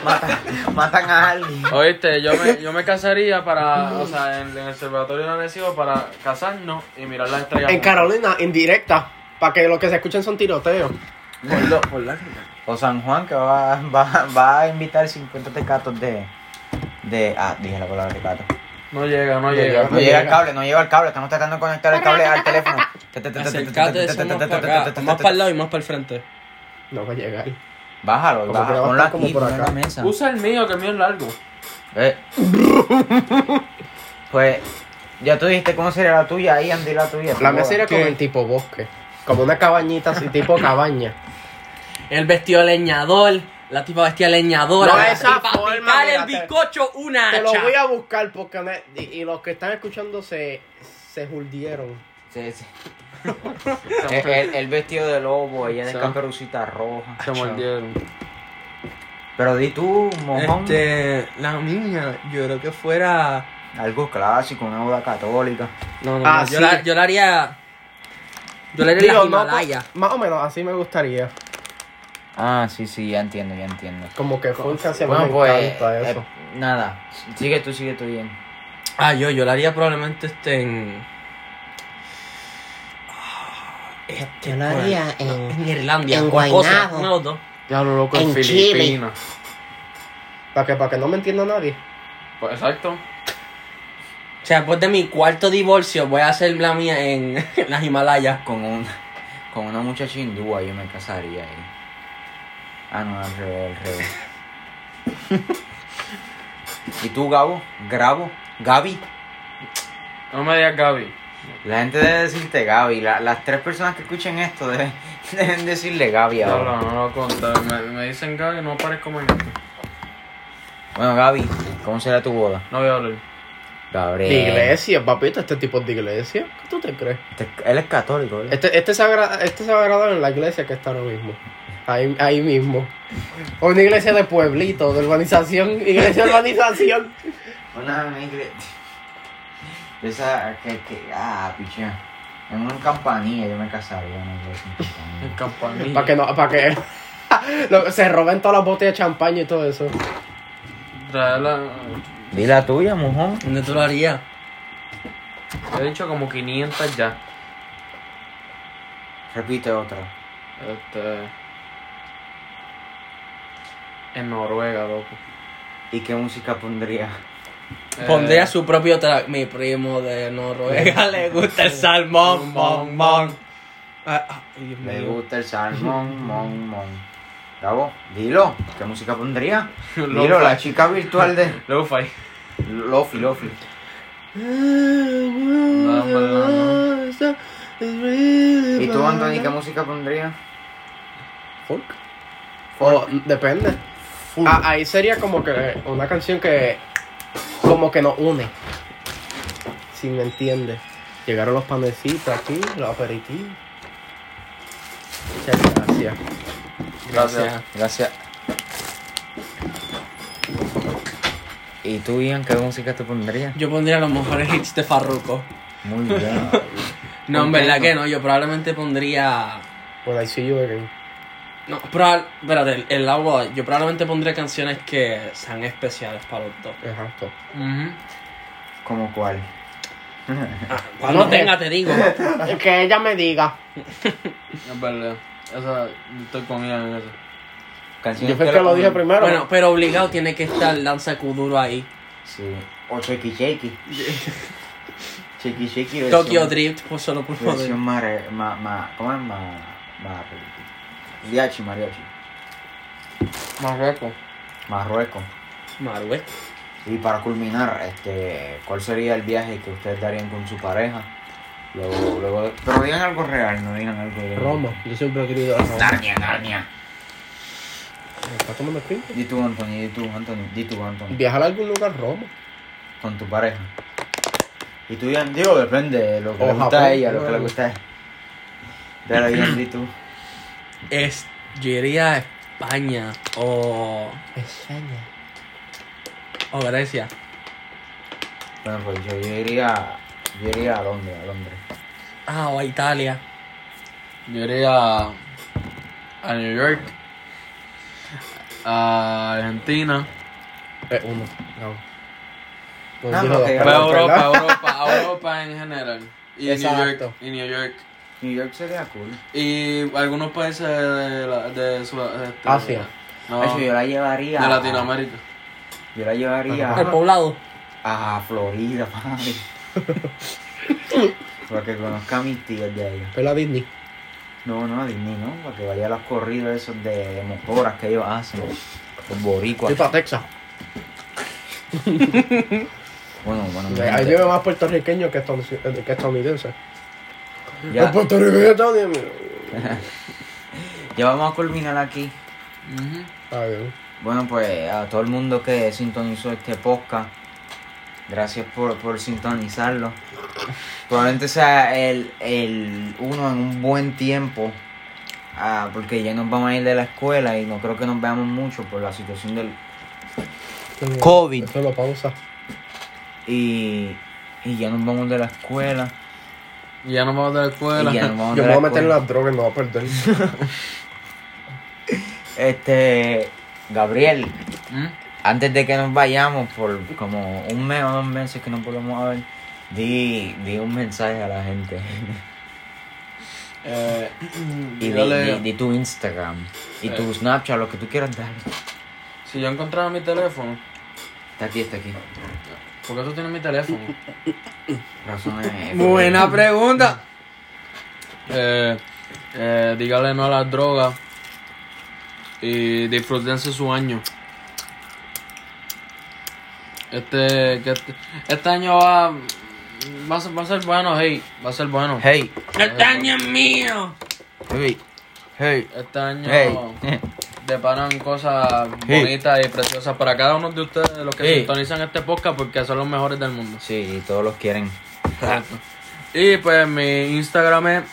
Speaker 1: matan, matan a alguien.
Speaker 2: Oíste, yo me, yo me casaría para, o sea, en, en el observatorio de Arecibo para casarnos y mirar las estrellas.
Speaker 3: En Carolina, en directa. Para que lo que se escuchen son tiroteos.
Speaker 1: O San Juan que va, va, va a invitar 50 tecatos de. de ah, dije la palabra tecato.
Speaker 2: No llega, no
Speaker 3: No
Speaker 2: llega.
Speaker 3: llega.
Speaker 1: No llega el cable, no llega el cable. Estamos tratando de conectar el cable al teléfono.
Speaker 4: Acercate, eso más para acá. Más para el lado y más para el frente.
Speaker 3: No va a llegar.
Speaker 1: Bájalo,
Speaker 3: Como que
Speaker 1: bájalo.
Speaker 3: va a
Speaker 1: Ponlo
Speaker 3: estar como
Speaker 1: aquí,
Speaker 3: por
Speaker 1: ponlo en la
Speaker 3: acá.
Speaker 1: mesa.
Speaker 2: Usa el mío, que el mío es largo.
Speaker 1: Eh. Pues, ya tú dijiste cómo sería la tuya ahí, Andy, la tuya.
Speaker 3: La
Speaker 1: tu
Speaker 3: mía
Speaker 1: boda.
Speaker 3: sería como el tipo bosque. Como una cabañita así, tipo cabaña.
Speaker 4: El vestido de leñador, la tipa vestida de leñadora.
Speaker 3: No,
Speaker 4: la
Speaker 3: esa
Speaker 4: tipa
Speaker 3: forma,
Speaker 4: picar
Speaker 3: mira,
Speaker 4: el
Speaker 3: te-
Speaker 4: bizcocho, una
Speaker 3: Te lo
Speaker 4: hacha.
Speaker 3: voy a buscar porque me- y, y los que están escuchando se, se juldieron.
Speaker 1: Sí, sí. el, el- el vestido de lobo, ella de
Speaker 2: Sí.
Speaker 1: camperucita roja.
Speaker 2: Se mordieron.
Speaker 1: Pero di tú, mojón.
Speaker 4: Este, la mía, yo creo que fuera.
Speaker 1: Algo clásico, una boda católica.
Speaker 4: No, no,
Speaker 3: Ah,
Speaker 4: no, yo,
Speaker 3: sí.
Speaker 4: la, yo la haría. Yo la haría en
Speaker 3: Digo,
Speaker 4: las
Speaker 3: no,
Speaker 4: Himalaya.
Speaker 3: pues, más o menos así me gustaría.
Speaker 1: Ah, sí, sí, ya entiendo, ya entiendo.
Speaker 3: Como que folk hacia mí
Speaker 1: Bueno,
Speaker 3: me
Speaker 1: pues,
Speaker 3: encanta
Speaker 1: eh,
Speaker 3: eso.
Speaker 1: nada, sigue tú, sigue tú bien.
Speaker 4: Ah, yo, yo la haría probablemente este en. Este,
Speaker 5: Yo lo haría en-
Speaker 4: en Irlandia.
Speaker 5: en
Speaker 4: o Escocia,
Speaker 5: Guaynabo.
Speaker 4: uno de los dos.
Speaker 2: Ya lo loco,
Speaker 5: en En Chile.
Speaker 2: Filipinas.
Speaker 3: Para que, para que no me entienda nadie.
Speaker 2: Pues exacto.
Speaker 4: O sea, después de mi cuarto divorcio, voy a hacer la mía en, en las Himalayas.
Speaker 1: Con, un, con una muchacha hindúa yo me casaría ahí. Ah, no, al revés, al revés. ¿Y tú, Gabo? ¿Grabo? ¿Gaby?
Speaker 2: No me digas Gaby.
Speaker 1: La gente debe decirte Gaby. La- las tres personas que escuchen esto deben, deben decirle Gaby
Speaker 2: No,
Speaker 1: ahora.
Speaker 2: no, no lo conté. Me, me dicen Gaby, no aparezco mañana.
Speaker 1: Bueno, Gaby, ¿cómo será tu boda?
Speaker 2: No voy a hablar.
Speaker 1: Gabriel.
Speaker 3: De iglesia, papito, este tipo es de iglesia. ¿Qué tú te crees?
Speaker 1: Este- él es católico, ¿verdad?
Speaker 3: Este, este, se agra- este se va a graduar en la iglesia que está ahora mismo. Ahí, ahí mismo. O una iglesia de pueblito, de urbanización. Iglesia de urbanización.
Speaker 1: Una una iglesia. Esa que, que. Ah, picha. En una campanilla yo me casaría en una iglesia en campanilla.
Speaker 2: En campanilla.
Speaker 3: Para que no, para que. lo- se roben todas las botellas de champaña y todo eso.
Speaker 2: Traerla.
Speaker 1: Di la tuya, mojón.
Speaker 6: ¿Dónde tú lo harías?
Speaker 2: He dicho como 500 ya.
Speaker 1: Repite otra.
Speaker 2: Este. En Noruega, loco.
Speaker 1: ¿Y qué música pondría?
Speaker 2: Eh,
Speaker 6: Pondría su propio track. Mi primo de Noruega le gusta el salmón, mon, mon. Ah, ah, ay, Dios
Speaker 1: Me
Speaker 6: mío.
Speaker 1: gusta el salmón, mon, mon. Gabo, dilo. ¿Qué música pondría?
Speaker 2: Lo-
Speaker 1: Dilo, la chica virtual de.
Speaker 2: Lo-fi.
Speaker 1: Lofi, Lofi.
Speaker 2: No, hombre, no, no.
Speaker 1: ¿Y tú, Anthony, qué música pondría?
Speaker 3: Folk. O, depende. Ah, ahí sería como que una canción que. Como que nos une. Si me entiendes. Llegaron los panecitos aquí, los aperitivos. Muchas gracias.
Speaker 2: Gracias.
Speaker 1: Gracias. ¿Y tú, Ian, qué música te pondría?
Speaker 6: Yo pondría los mejores hits de Farruko.
Speaker 1: Muy bien.
Speaker 6: No, en
Speaker 1: Comprendo.
Speaker 6: verdad que no. Yo probablemente pondría.
Speaker 3: Por I see you again.
Speaker 6: No, probable, espérate, el, el agua. Yo probablemente pondría canciones que sean especiales para los dos.
Speaker 3: Exacto.
Speaker 2: Ujú.
Speaker 1: ¿Como cuál?
Speaker 6: Ah, cuando
Speaker 3: No.
Speaker 6: tenga, te digo.
Speaker 3: Que ella me diga.
Speaker 2: Es verdad. Esa, yo estoy con ella en eso.
Speaker 1: Canciones
Speaker 3: Yo fue que lo dije primero.
Speaker 6: Bueno, pero obligado tiene que estar Danza Kuduro ahí.
Speaker 1: Sí. O Shaky Shaky. shaky Shaky. versión-
Speaker 6: Tokyo Drift, pues solo por
Speaker 1: Versión
Speaker 6: favor.
Speaker 1: mare, ma, ma, ¿Cómo es? Ma, ma, mariachi, mariachi.
Speaker 2: Marruecos.
Speaker 1: Marruecos.
Speaker 6: Marwe.
Speaker 1: Y para culminar, este, ¿cuál sería el viaje que ustedes darían con su pareja? Luego, luego, pero digan algo real, no digan algo de...
Speaker 3: Roma. Yo siempre he querido a Roma.
Speaker 1: Narnia, Narnia.
Speaker 3: ¿Estás tomando screen?
Speaker 1: Di tú, Anthony, di tú, Anthony, di tú, Anthony.
Speaker 3: Viajar a algún lugar, Roma.
Speaker 1: Con tu pareja. Y tú, Ian, digo, depende de lo que
Speaker 3: O
Speaker 1: le gusta
Speaker 3: Japón,
Speaker 1: a ella, lo que le
Speaker 3: claro.
Speaker 1: gusta a ella. Dale, Ian, di tú.
Speaker 6: Es, yo iría a España o,
Speaker 5: España.
Speaker 6: o Grecia.
Speaker 1: Bueno, pues yo, yo iría, yo iría a Londres, a Londres.
Speaker 6: Ah, o a Italia.
Speaker 2: Yo iría a, a New York, a Argentina,
Speaker 3: Es Eh, uno. No. Pues
Speaker 1: No,
Speaker 3: dijo
Speaker 1: no,
Speaker 3: dos,
Speaker 1: que-
Speaker 2: a
Speaker 1: Pero,
Speaker 3: perdón,
Speaker 2: Europa, a
Speaker 3: perdón.
Speaker 2: Europa, a Europa en general. Y New York.
Speaker 3: Exacto.
Speaker 2: Y New York.
Speaker 1: New York sería cool.
Speaker 2: Y algunos países de, la- de Sud- este,
Speaker 3: Asia.
Speaker 2: No,
Speaker 1: Hacho, yo
Speaker 2: de
Speaker 1: la llevaría. a-
Speaker 2: Latinoamérica.
Speaker 1: Yo la llevaría
Speaker 6: El poblado.
Speaker 1: a Florida, papi. Para que conozca a mis tíos de allá.
Speaker 3: Fue la Disney.
Speaker 1: No, no, a Disney, ¿no? Para que vaya a los corridos esos de, de motoras que ellos hacen. Los boricuas.
Speaker 3: Fui para Texas.
Speaker 1: Bueno, bueno. mi
Speaker 3: Ahí
Speaker 1: gente,
Speaker 3: vive más puertorriqueño que estadounidense. Que estadounidense.
Speaker 1: ya,
Speaker 3: Los puertorriqueños estadounidenses.
Speaker 1: ya vamos a culminar aquí.
Speaker 2: Ujú.
Speaker 3: Está bien.
Speaker 1: Bueno, pues a todo el mundo que sintonizó este podcast, gracias por, por sintonizarlo. Probablemente sea el, el uno en un buen tiempo, ah, porque ya nos vamos a ir de la escuela y no creo que nos veamos mucho por la situación del COVID.
Speaker 3: Eso lo pausa.
Speaker 1: Y, y ya nos vamos de la escuela.
Speaker 2: Y ya nos vamos de la escuela.
Speaker 1: Y ya nos vamos
Speaker 3: Yo
Speaker 1: de la
Speaker 3: me voy a meter en
Speaker 1: escuela.
Speaker 3: las drogas y me voy a perder.
Speaker 1: Este, Gabriel,
Speaker 2: Ujú.
Speaker 1: antes de que nos vayamos, por como un mes o dos meses que nos volvemos a ver, di, di un mensaje a la gente.
Speaker 2: Eh,
Speaker 1: Y di,
Speaker 2: dale-
Speaker 1: di- di tu Instagram, y tu
Speaker 2: Eh.
Speaker 1: Snapchat, lo que tú quieras dar.
Speaker 2: Si yo encontraba mi teléfono,
Speaker 1: Está aquí, está aquí.
Speaker 2: ¿por qué tú tienes mi teléfono?
Speaker 1: Razón es-
Speaker 6: Buena pregunta.
Speaker 2: Eh, eh, dígale no a las drogas y disfrútense su año. Este, que este, este año va, Va a, ser, va a ser bueno, hey. Va a ser bueno.
Speaker 1: Hey,
Speaker 4: ¡El daño es mío!
Speaker 1: hey, hey,
Speaker 2: Este año
Speaker 1: hey.
Speaker 2: deparan cosas
Speaker 1: Sí.
Speaker 2: bonitas y preciosas para cada uno de ustedes, los que
Speaker 1: Sí.
Speaker 2: sintonizan este podcast, porque son los mejores del mundo.
Speaker 1: Sí, todos los quieren.
Speaker 2: Y pues mi Instagram es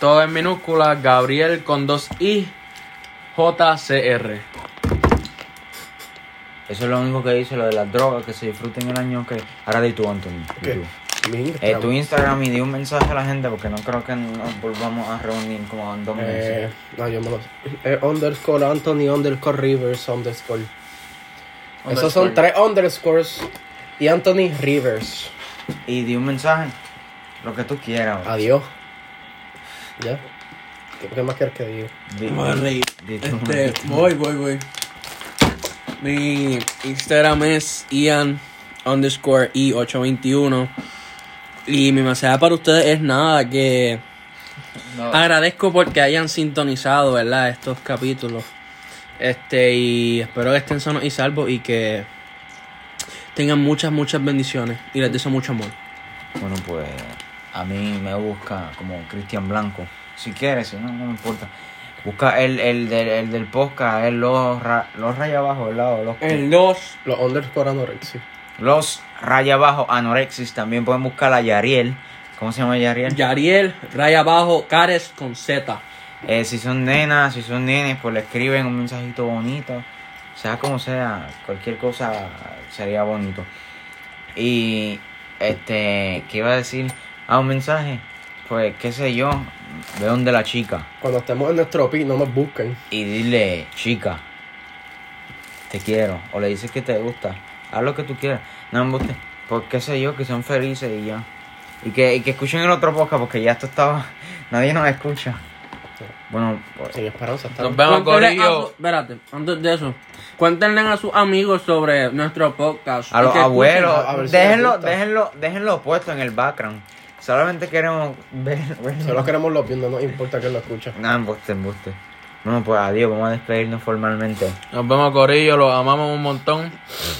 Speaker 2: todo en minúscula, Gabriel con dos I, JCR.
Speaker 1: Eso es lo único que dice, lo de las drogas, que se disfruten el año que... Ahora di tú, Anthony. di
Speaker 3: ¿Qué?
Speaker 1: tú.
Speaker 3: Mi
Speaker 1: Eh,
Speaker 3: Instagram.
Speaker 1: tu Instagram y di un mensaje a la gente porque no creo que nos volvamos a reunir como en dos meses.
Speaker 3: Eh, no, yo me lo sé. Eh, underscore Anthony, underscore Rivers, underscore. Esos son tres underscores y Anthony Rivers.
Speaker 1: Y di un mensaje, lo que tú quieras. güey.
Speaker 3: Adiós. ¿Ya? ¿Qué, qué más quieres que diga?
Speaker 1: Di-
Speaker 4: Me voy a reír.
Speaker 1: di tu-
Speaker 4: Este, voy, voy, voy. Mi Instagram es Ian underscore i821. Y mi mensaje para ustedes es nada, que agradezco porque hayan sintonizado, ¿verdad? Estos capítulos. Este, y espero que estén sanos y salvos y que tengan muchas, muchas bendiciones. Y les deseo mucho amor.
Speaker 1: Bueno, pues a mí me busca como Cristian Blanco. Si quieres, si no, no me importa. Busca el, el, del, el del podcast, el los, ra- los raya abajo, el lado, los,
Speaker 4: El los
Speaker 3: Los underscore anorexia.
Speaker 1: los raya abajo anorexis. También pueden buscar a Yariel. ¿Cómo se llama Yariel?
Speaker 4: Yariel, raya abajo, Cares con Z.
Speaker 1: Eh, si son nenas, si son nenes, pues le escriben un mensajito bonito. Sea como sea, cualquier cosa sería bonito. Y, este, ¿qué iba a decir? Ah, un mensaje. Pues, qué sé yo, de donde la chica.
Speaker 3: Cuando estemos en nuestro pi, no nos busquen.
Speaker 1: y dile, chica, te quiero. O le dices que te gusta. Haz lo que tú quieras. No, embuste. Pues qué sé yo, que sean felices y ya. Y que, y que escuchen el otro podcast porque ya esto estaba... Nadie nos escucha. Bueno, pues,
Speaker 3: Sin esperanza. Está
Speaker 2: Nos vemos,
Speaker 4: Cuéntenle a su-
Speaker 2: Corillo.
Speaker 4: Espérate, antes de eso, cuéntenle a sus amigos sobre nuestro podcast.
Speaker 1: a
Speaker 4: y
Speaker 1: los
Speaker 4: que escuchen-
Speaker 1: abuelos,
Speaker 3: a ver si les
Speaker 1: déjenlo,
Speaker 3: gusta.
Speaker 1: déjenlo, déjenlo puesto en el background. Solamente queremos ver... verlo.
Speaker 3: Solo queremos los views, no nos importa que lo escuchen.
Speaker 1: No, embuste, embuste. Bueno, pues adiós, vamos a despedirnos formalmente.
Speaker 2: Nos vemos, Corillo, los amamos un montón.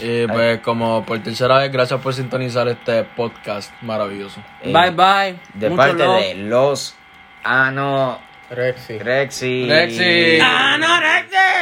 Speaker 2: Y pues, como por tercera vez, gracias por sintonizar este podcast maravilloso.
Speaker 1: Eh,
Speaker 4: Bye bye.
Speaker 1: De
Speaker 4: Mucho
Speaker 1: parte
Speaker 4: love.
Speaker 1: de los... Ano...
Speaker 3: Rexy.
Speaker 1: Rexy.
Speaker 2: Rexy.
Speaker 4: Ah, no, Rexy.